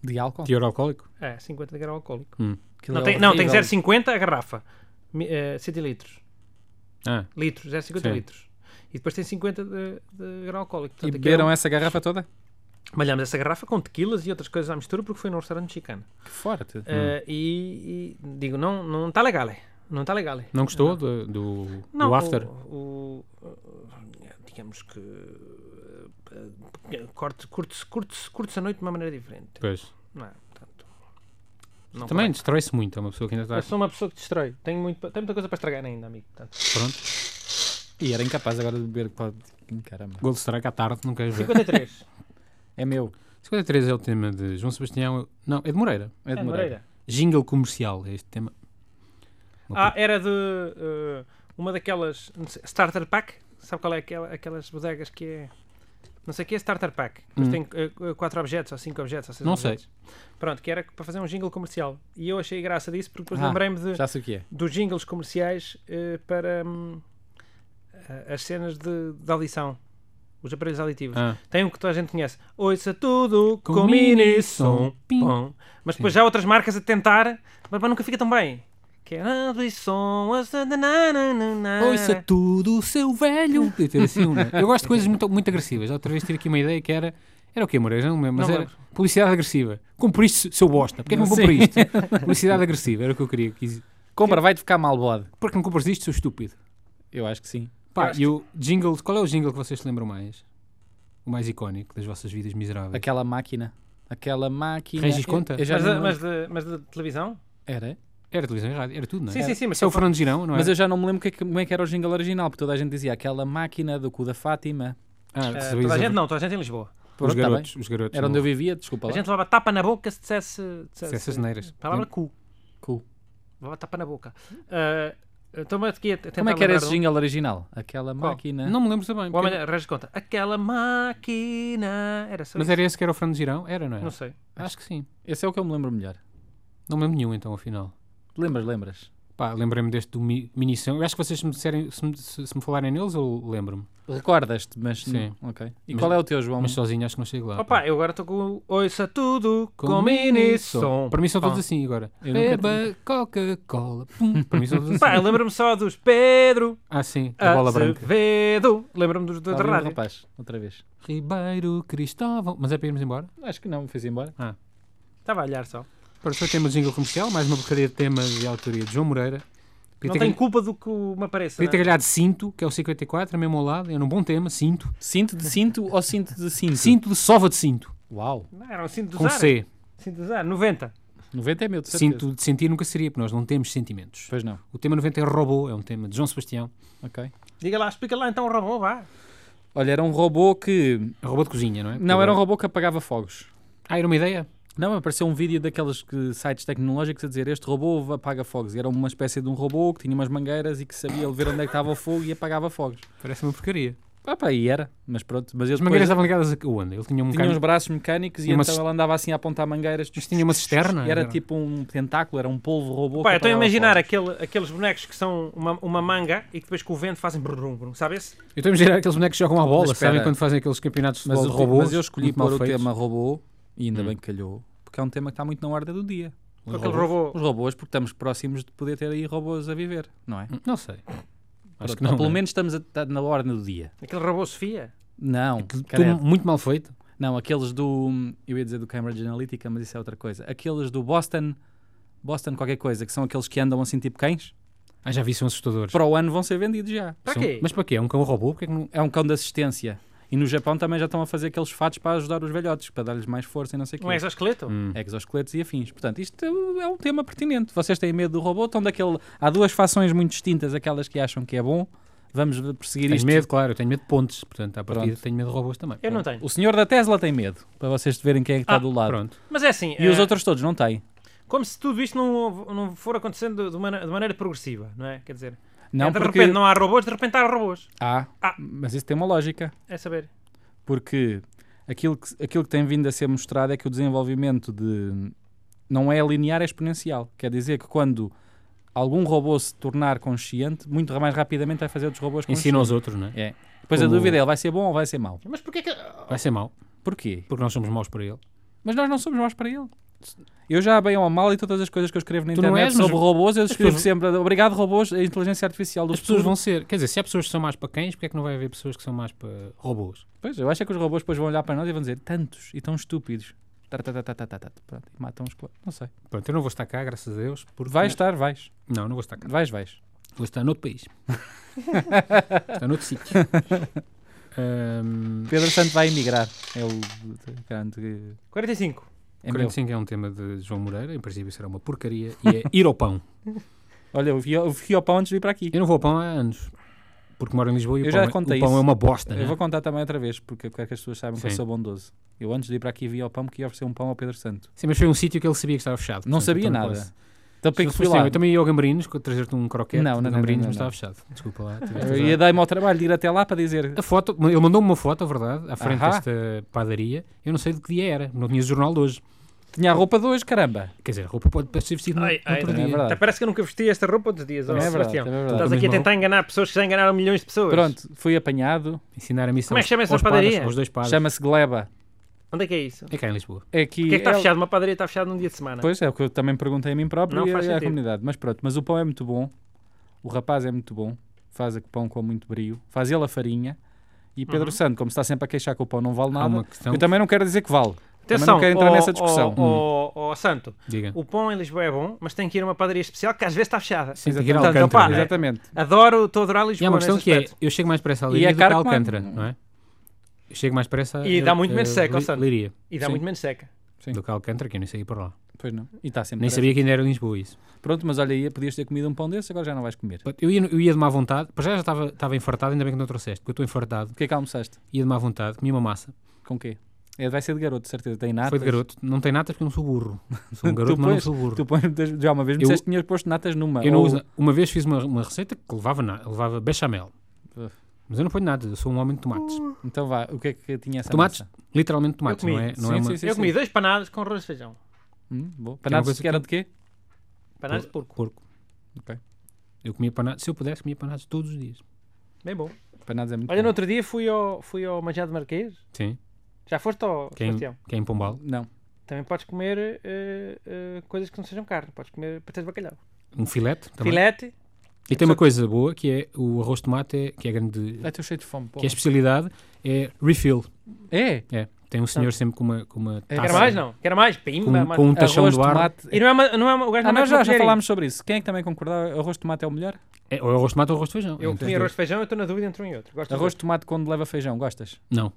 De Oh. álcool? Teor alcoólico? É, 50 de grau alcoólico. Aquilo Não é tem, não, tem horrível. 0,50 a garrafa, mi- eh, 100 litros. Ah, Litros, 0,50 Sim. litros. E depois tem 50 de, de grau alcoólico. E Portanto, aquilo é um- beberam essa garrafa toda? Malhamos essa garrafa com tequilas e outras coisas à mistura porque foi num restaurante mexicano. Que forte. Eh, e, e digo, não não está legal. eh. Não está legal. eh. não gostou do, do, Não, do after? O, o- eh, digamos que eh, corte- curte-se curte curte a noite de uma maneira diferente. Pois. Não, é? Portanto, não Também convém. destrói-se muito, é uma pessoa que ainda Eu está. sou uma pessoa que destrói. Tenho, muito, pa- tenho muita coisa para estragar ainda, amigo. Portanto, Pronto. E era incapaz agora de beber. pá, Caramba. Gold Strike à tarde, não queres ver. 53. É meu. 53 é o tema de João Sebastião. Não, é de Moreira. É de É, Moreira. Moreira. Jingle comercial é este tema. Ah, era de eh, uma daquelas não sei, starter pack. Sabe qual é aquela, aquelas bodegas que é. Não sei o que é starter pack. Depois Hum. tem 4 quatro objetos, ou 5 objetos, ou 6 Não sei. objetos. Pronto, que era para fazer um jingle comercial. E eu achei graça disso porque depois Ah, lembrei-me de- Já sei o que é. dos jingles comerciais eh, para hum, a- as cenas de, de audição. Os aparelhos auditivos. Ah, Tem um que toda a gente conhece. Ouça tudo com, Com mini mini som. som. Pim. Bom. Mas depois já há outras marcas a tentar, mas, mas nunca fica tão bem. Que é "Ah, som, ouça, nananana." Ah, é? Ouça tudo, seu velho! Podia ter assim, não é? Eu gosto de coisas muito, muito agressivas. Outra vez tive aqui uma ideia que era. Era o quê, Moreira? Já Não me lembro, mas Não era lembro. publicidade agressiva. Compre isto, seu bosta. Porquê é que não Sim. compre isto? publicidade agressiva, era o que eu queria. Quis... Compra, vai-te ficar mal bode. Porquê que não compras isto, seu estúpido? Eu acho que sim. Pá, e o jingle, qual é o jingle que vocês se lembram mais? O mais icónico das vossas vidas miseráveis? Aquela máquina. Aquela máquina. Regis Eu- conta? Eu já Mas, não de- me mas, de, mas de televisão? Era? Era televisão e rádio, era tudo, não é? Sim, sim, sim, mas Isso é o só- Fernando Girão, não é? Mas eu já não me lembro que é que- como é que era o jingle original, porque toda a gente dizia aquela máquina do cu da Fátima. Ah, eh, que se toda a vê- gente não, toda a gente em Lisboa. Pronto, os tá garotos, os bem. garotos. Era onde não. eu vivia, desculpa A lá. gente levava tapa na boca se dissesse. dissesse- Essas neiras. Palavra cu. Cu. Levava tapa na boca. Ah, Estou-me aqui a tentar Como é que era lembrar esse de um- jingle original? Aquela máquina. Não me lembro também. O homem Regis conta. Aquela máquina. Era só Mas isso. era esse que era o Fernando Girão? Era, não era? Não sei. Acho que sim. Esse é o que eu me lembro melhor. Não me lembro nenhum, então, afinal. Lembras, lembras? Pá, lembrei-me deste do mi Minição. Eu acho que vocês se me, disserem, se me, se- se me falarem neles, eu lembro-me. Recordas-te, mas. Sim. Ok. E Mas- qual é o teu, João? Mas sozinho acho que não chego lá. Opa, eu agora estou com o Ouça Tudo com, Com mini som. som. Para mim são todos Pá. assim agora. Eu nunca Beba Coca-Cola. Pum. Para mim são todos Pá, eu assim. lembro-me só dos Pedro Ah, sim. A bola branca. Tá Acevedo. Lembro-me dos da Está ali da um rádio. rapaz, outra vez. Ribeiro Cristóvão. Mas é para irmos embora? Acho que não, fez embora. Estava a olhar só. Para o tema do jingle comercial, mais uma porcaria de tema de autoria de João Moreira. Podia Não ter tem ganho- culpa do que me apareça. podia ter não é? ganhado cinto, que é o 54, mesmo ao lado. Era um bom tema, cinto. Cinto de cinto ou cinto de cinto? Cinto de sova de cinto, Uau! Não, era um cinto de com é? usar. C. Cinto de usar, 90. 90 é meu, de certeza. Cinto de sentir nunca seria, porque nós não temos sentimentos. Pois não. O tema 90 é robô, é um tema de João Sebastião. Ok. Diga lá, explica lá então o robô, vá. Olha, era um robô que. É robô de cozinha, não é? Não, era um robô que apagava fogos. Ah, era uma ideia? Não, apareceu um vídeo daqueles que- sites tecnológicos a dizer este robô apaga fogos. E Era uma espécie de um robô que tinha umas mangueiras e que sabia ver onde é que estava o fogo e apagava fogos. Parece uma porcaria. Ah pá, e era. Mas pronto, mas eu As mangueiras estavam depois ligadas a onde? Ele tinha um tinha uns bocado. braços mecânicos e Tinha uma então cist- ele andava assim a apontar mangueiras. Mas tinha uma cisterna? E era tipo um tentáculo, era um polvo robô. Pá, que eu estou a apagava imaginar fogos. aquele, aqueles bonecos que são uma, uma manga e que depois com o vento fazem brum, brum, sabes? Eu estou a imaginar aqueles bonecos que jogam à bola, espera. sabem? Quando fazem aqueles campeonatos de Mas, futebol eu- de robôs. mas eu escolhi muito mal pôr o feitos. tema robô e ainda Hum. bem que calhou, porque é um tema que está muito na ordem do dia. Um Aquele robô. Os robôs, porque estamos próximos de poder ter aí robôs a viver, não é? Não sei. Hum, Acho Pronto, que não. ou pelo né? menos estamos a- tá na ordem do dia. Aquele robô Sofia. Não, Aquilo tudo credo. muito mal feito. não, aqueles do. Eu ia dizer do Cambridge Analytica, mas isso é outra coisa. Aqueles do Boston, Boston qualquer coisa, que são aqueles que andam assim tipo cães, Ah, já vi, são assustadores. para o ano vão ser vendidos já. Para São- quê? Mas para quê? É um cão robô? Porque é que não... É um cão de assistência. E no Japão também já estão a fazer aqueles fatos para ajudar os velhotes, para dar-lhes mais força e não sei o quê. Um exoesqueleto? Hum. exoesqueletos e afins. Portanto, isto é um tema pertinente. Vocês têm medo do robô? Estão daquele... Há duas fações muito distintas, aquelas que acham que é bom. Vamos perseguir Tenho isto. medo, claro. Eu tenho medo de pontes. Portanto, à partida Pronto. tenho medo de robôs também. Eu não tenho. O senhor da Tesla tem medo, para vocês verem quem é que está Ah, do lado. Pronto. Mas é assim, E eh, os outros todos não têm. como se tudo isto não, não for acontecendo de, de mane- de maneira progressiva, não é? Quer dizer, Não, é, de porque... repente não há robôs, de repente há robôs. Há, Ah. mas isso tem uma lógica. É saber. Porque aquilo que, aquilo que tem vindo a ser mostrado é que o desenvolvimento de... Não é linear, é exponencial. Quer dizer que quando algum robô se tornar consciente, muito mais rapidamente vai fazer outros robôs conscientes. Ensina aos outros, não é? É. Depois a Como- dúvida é, ele vai ser bom ou vai ser mau? Mas porquê que. Vai ser mau. Porquê? Porque nós somos maus para ele. Mas nós não somos maus para ele. Eu já bem ou mal e todas as coisas que eu escrevo na Tu não internet és, mas- sobre robôs, eu escrevo pessoas- sempre obrigado robôs, a inteligência artificial do As pessoas futuro." vão ser. Quer dizer, se há pessoas que são mais para cães, porque é que não vai haver pessoas que são mais para robôs? Pois, eu acho é que os robôs depois vão olhar para nós e vão dizer tantos e tão estúpidos. Tá, tá, tá, tá, tá, tá, tá. Pronto, e matam uns co- Não sei. Pronto, eu não vou estar cá, graças a Deus. Porque... Vais estar, vais. Não, não vou estar cá. Vais, vais. Vou estar noutro país. Está noutro sítio. Ahm, Pedro Santo vai emigrar. É o grande. 45. É meu. 45 é um tema de João Moreira, em princípio será uma porcaria, e é ir ao pão. Olha, eu fui ao- eu fui ao pão antes de vir para aqui. Eu não vou ao pão há anos, porque moro em Lisboa e Eu o pão, já é- contei o pão isso. é uma bosta. Eu né? vou contar também outra vez, porque eu quero que as pessoas saibam que eu Sim. sou bondoso. Eu antes de ir para aqui vi ao pão que ia oferecer um pão ao Pedro Santo. Sim, mas foi um sítio que ele sabia que estava fechado. Não portanto, sabia eu nada. posso. Então Se para que fosse assim, fui eu, lá? Eu também ia ao Gambrinhos, co- trazer-te um croquete Não, do não, não, Gambrinhos, não, não, mas estava fechado. Desculpa lá. É tiveste Eu razão. ia dar-me ao trabalho de ir até lá para dizer. A foto, ele mandou-me uma foto, a verdade, à frente Ahá. desta padaria. Eu não sei de que dia era, não tinha jornal de hoje. Tinha a roupa de hoje, caramba. Quer dizer, a roupa pode ser vestida no, Ai, ai, outro não é dia. verdade. Até parece que eu nunca vesti esta roupa outros dias. ó, Também é verdade, Sebastião. também é Estás verdade. aqui a Também tentar enganar pessoas que já enganaram milhões de pessoas. Pronto, fui apanhado. Ensinar a missão Como é que chama essa aos padres, padaria? aos dois padres. Chama-se Gleba. Onde é que é isso? É cá em Lisboa. É que Porquê é que está ela- fechado? Uma padaria está fechada num dia de semana. Pois é, o que eu também perguntei a mim próprio Não e faz à- à sentido. comunidade. Mas pronto, mas o pão é muito bom. O rapaz é muito bom. Faz o pão com muito brio. Faz ele a farinha. E Pedro Uhum. Santo, como está sempre a queixar que o pão não vale Há nada, uma questão. eu também não quero dizer que vale. Também Atenção, oh, não quero entrar ó- nessa discussão. Hum. ó- ó- ó, Santo, Diga. o pão em Lisboa é bom, mas tem que ir a uma padaria especial que às vezes está fechada. Sim, tem que ir a Portanto, Alcântara. então pá, não é? Exatamente. Adoro, estou a adorar E Lisboa. há uma questão nesse que é, aspecto. eu chego mais para essa E é Leiria do que caro a como é. Alcântara, não é? Eu chego mais para essa E dá muito eh, menos seca, Li- ó Santo. Leiria E dá Sim. muito menos seca. Sim. do que a Alcântara, que eu nem saía por lá. Pois não. E está sempre. Nem sabia que ainda era Lisboa isso. Pronto, mas olha aí, podias ter comido um pão desse, agora já não vais comer. Portanto, Eu ia, eu ia de má vontade, para já já estava, estava infartado, ainda bem que não trouxeste, porque eu estou infartado, O que é que almoçaste? ia de má vontade, comia uma massa, Com quê? É, vai ser de garoto, de certeza. Tem natas. foi de garoto, não tem natas porque eu não sou burro. Sou um garoto, tu mas não pões- sou burro. Tu pões, já uma vez me Eu- disseste que tinhas posto natas numa. Eu não ou- uso- Uma vez fiz uma, uma receita que levava, na, levava bechamel. Uf. Mas eu não ponho nada, eu sou um homem de tomates. Então vá, o que é que tinha essa Tomates? massa? Literalmente tomates, comi. não é? Não Sim, é uma... sim, sim. eu comi dois panados com arroz e feijão. Hum, boa. uma Panados coisa que era de quê? Panados de porco. Porco. Ok. Eu comia panados, se eu pudesse, comia panados todos os dias. Bem bom. Panados é muito Olha, no bom. outro dia fui ao, fui ao Manjado Marquês. Sim. Já foste ao Quem, Sebastião? quem é em Pombal. Não. Também podes comer eh, eh, coisas que não sejam carne. Podes comer patas de bacalhau. Um filete também. Filete. E tem uma coisa boa que é o arroz de tomate, é, que é grande. Ai, estou cheio de fome, pô. que é a especialidade, é refill. É? É. Tem um senhor sempre com uma, com uma É. taça. Quer Tá. mais, não? Quer mais? Com, Pimba. mais. com um tachão arroz, do ar. tomate... E não é, uma, não é uma, o gajo Ah, não é nós uma já, já colher. falámos sobre isso. Quem é que também concordava? Arroz de tomate é o melhor? É, ou é arroz de tomate ou arroz de feijão. É um Eu dos comi dois. arroz de feijão, eu estou na dúvida entre um e outro. Gosto dos Arroz de tomate quando leva feijão, gostas? Não.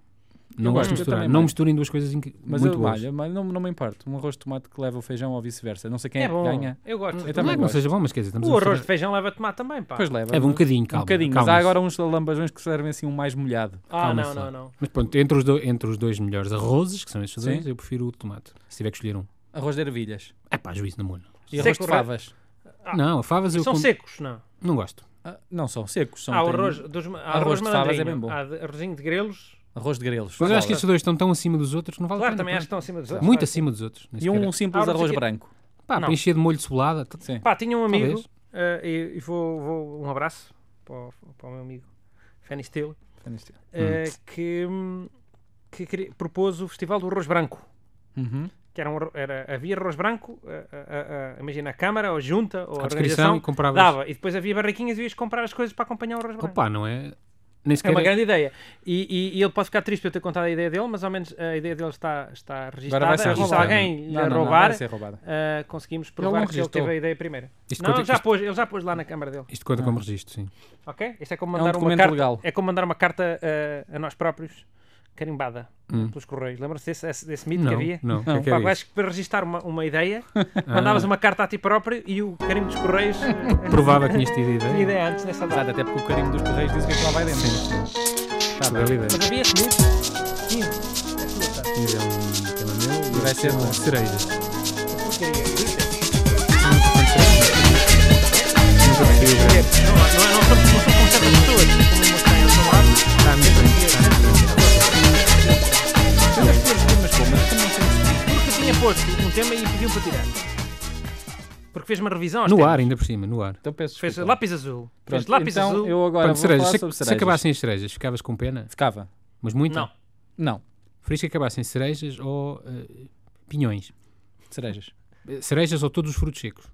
Não Eu gosto gosto, de eu misturar. também Não gosto. misturem duas coisas inc... Mas muito eu boas. é malho, mas não, não me importo. Um arroz de tomate que leva o feijão ou vice-versa. Não sei quem dois. é, que É bom. ganha. Então, Eu gosto. Eu Não também é que não gosto. seja bom, mas quer dizer, estamos O a arroz de fazer- feijão leva tomate também, pá. Pois leva. É bom um bocadinho, calma. Um bocadinho, mas calma-se. há agora uns lambajões que servem assim um mais molhado. ah, não, calma-se não, lá. não. Mas pronto, entre os, do- entre os dois melhores arrozes, que são estes Sim. dois, eu prefiro o de tomate. Se tiver que escolher um. Arroz de ervilhas. É pá, juízo na mona. E Seco arroz de reto. favas. Ah, não, a favas eu São como- secos, não. não gosto. Ah, não são secos, são Há o tem- arroz, dos, há Ah, Arroz arroz de favas é malandrinho, bem bom. Há de, arrozinho de grelos. arroz de grelos. Mas eu acho que Fala. estes dois estão tão acima dos outros que não vale Claro, a pena. também acho que pôr. estão acima dos outros. Muito Claro. acima dos outros. nem E um sequer. simples Arroz de arroz que- branco. Pá, Não. para encher de molho de cebolada. tá- t- Sim. Pá, tinha um amigo, Talvez. eh, e, e vou, vou- um abraço para o, para o meu amigo Fanny Steele, eh, que, hum, que queria- propôs o Festival do Arroz Branco, Uhum. que que era, um, arro- era havia arroz branco, a- a- a- imagina a Câmara, ou a Junta, ou a à descrição e organização, compravas. dava. E depois havia barraquinhas e ias comprar as coisas para acompanhar o arroz branco. Opa, não é? Nem É sequer uma grande ideia. E, e- e ele pode ficar triste por eu ter contado a ideia dele, mas ao menos a ideia dele está, está registada. Agora vai ser e se roubada. alguém lhe Não, não, não, roubar, vai ser roubada. ah, conseguimos não provar que ele registou. teve a ideia primeira. Isto não, conta- ele já, isto- pôs, ele já pôs lá na Câmara dele. Isto conta como Ah. registro, sim. Ok? Isto é como É um mandar uma documento carta. legal. É como mandar uma carta ah, a nós próprios, carimbada, Hum. pelos correios. Lembra-se desse, desse, desse mito que Não, havia? não. Não, o que é Pá, que é isso? Ah. acho que para registar uma, uma ideia, mandavas uma carta a ti próprio e o carimbo dos correios eh, Provava que tinhas tido tinha ideia. ideia antes nessa data. Exato, até porque o carinho dos correios diz o que é que lá vai dentro. Tá, bela ideia. Mas havia esse mito. Tinha. É tudo, tá? Tinha é um tema meu E vai ser uma cereja. Porcaria. Isso Nunca percebi o que é. é- Não, não, é- não, somos- não somos como certas pessoas. Como uma tem, eu sou um lado. Tá, muito bem, tá. Porque tinha posto um tema e pediu para tirar. Porque fez uma revisão aos No temas. ar, ainda por cima, no ar. Então peço Fez desculpa. lápis azul. fez Pronto, lápis então azul. eu agora Pronto, vou cerejas. falar Se, sobre se cerejas. acabassem as cerejas, ficavas com pena? Ficava? Mas muito? Não. Não, Preferias que acabassem cerejas ou eh, pinhões? cerejas. Eh, Cerejas ou todos os frutos secos?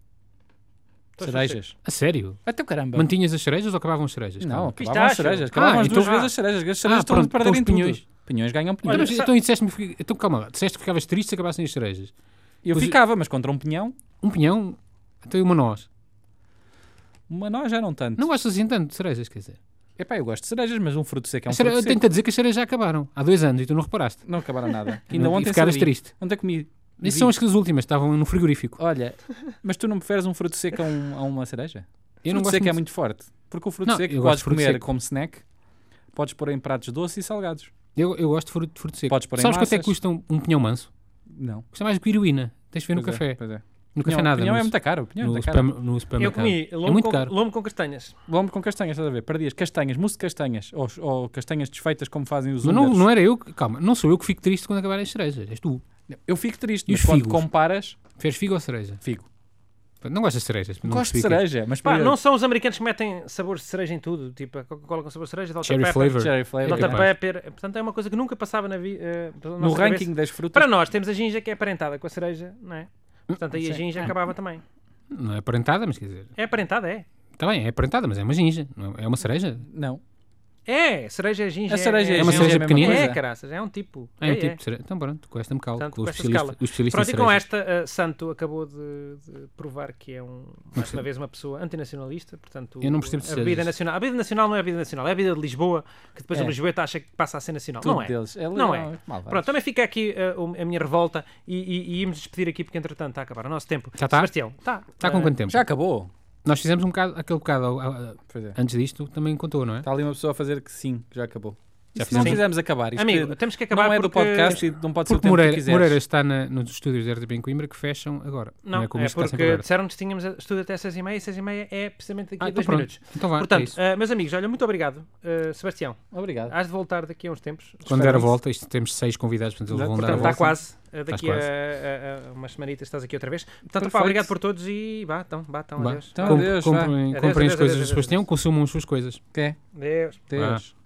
Todos cerejas. A sério? Até o caramba. Mantinhas as cerejas ou acabavam as cerejas? Tá. Não, Calma. acabavam as Pistache. cerejas. Acabavam Ah, as duas então- vezes as cerejas. que As cerejas Ah, estão pronto, a perder então em os pinhões. pinhões. Pinhões ganham Então, pinhões. mas, Olha, é- sa- então disseste-me que- Então calma lá. Disseste que ficavas triste se acabassem as cerejas. eu mas- ficava, mas contra um pinhão, Um pinhão? Até uma noz. uma nós já não tanto. Não gostas assim tanto de cerejas, quer dizer. Epá, eu gosto de cerejas, mas um fruto seco é um A cere- fruto Eu seco. tenho-te a dizer que as cerejas já acabaram. Há dois anos e tu não reparaste. Não acabaram nada. E Ainda não- e ontem ficaras saí. triste. Ontem comi. Essas vi. são as que as últimas, estavam no frigorífico. Olha, mas tu não preferes um fruto seco a, um- a uma cereja? Eu fruto não gosto seco é muito- muito forte. Porque o fruto Não, seco eu gosto podes de fruto comer seco. como snack, podes pôr em pratos doces e salgados. Eu, eu gosto de fruto, de fruto seco. Podes pôr em Sabes quanto é que massas. custa um, um pinhão manso? Não. Custa mais do que heroína. Tens de ver no Pois é, café. pois é. No Pinhão- café nada. Pinhão no, é muito caro. Pinhão é no muito caro. supermer- no Eu supermercado. comi é lomo muito com, caro. lomo com castanhas. Lombo com castanhas, estás a ver? Perdias castanhas, mousse de castanhas ou, ou castanhas desfeitas como fazem os Mas não, húngaros. não era eu que, calma, não sou eu que fico triste quando acabarem as cerejas. És tu. Eu fico triste, é- E mas os quando figos? comparas, Preferes figo ou cereja? figo. Não gostas de cerejas? não Gosto de percebi que- cereja, mas Pá, para não são os americanos que metem sabores de cereja em tudo. Tipo, a Coca-Cola com sabor de cereja, Dr. Cherry Pepper. flavor. Cherry flavor. É Dr. capaz. Pepper. Portanto, é uma coisa que nunca passava na vida. No ranking das frutas, Para nós, temos a ginja que é aparentada com a cereja, não é? Portanto, aí a ginja Ah. acabava também. Não é aparentada, mas quer dizer. É aparentada, é. Está bem, é aparentada, mas é uma ginja. não é- É uma cereja? não. É, cereja é ginja. A cereja é, é uma ginja, cereja a mesma pequenina? coisa. É, caraças, é um tipo. É um tipo de cereja. Então pronto, com esta me calo. Portanto, com com o esta especialista, escala. o especialista Pronto, em e com cereja. esta, eh, Santo acabou de, de provar que é um, mais uma vez uma pessoa antinacionalista. Portanto, Eu não percebo é a cerejas. vida nacional. A vida nacional não é a vida nacional, é a vida de Lisboa, que depois É. o Lisboeta acha que passa a ser nacional. Tudo não é. deles. É Não legal, é. malvado. Pronto, também fica aqui eh, o- a minha revolta e, e, e íamos despedir aqui porque entretanto está a acabar o nosso tempo. Já está? Sebastião, está. Eh, Está Tá com quanto tempo? Já acabou. Nós fizemos um bocado, aquele bocado ah, ah, Pois é. antes disto, também contou, não é? Está ali uma pessoa a fazer que sim, que já acabou. Já Já se não fizemos. fizemos acabar. Isto Amigo, que temos que acabar não é do porque- podcast e não pode ser Porque o tempo que Moreira, tu quiseres. Moreira está na- nos estúdios da RTP em Coimbra que fecham agora. Não, é como é isto está sempre porque aberto. disseram-nos que tínhamos estudo até 6h30 e 6h30 é precisamente daqui Ah, a então dois pronto. minutos. Então vá, é Portanto, isso. eh, meus amigos, olha, muito obrigado. Eh, Sebastião, Obrigado. has de voltar daqui a uns tempos. Quando der a Esperamos. volta, isto temos seis convidados, portanto eles Exato, vão dar a Portanto, volta. está quase. Eh, Estás Daqui a, quase. a, a umas semanitas estás aqui outra vez. Portanto, pá, Perfeito. obrigado por todos e vá, então, vá, então, Vá. adeus. Então, Com- adeus, vá. comprem, Adeus, comprem adeus, as coisas adeus, do Sebastião, consumam as suas coisas. Que é? Adeus. Deus.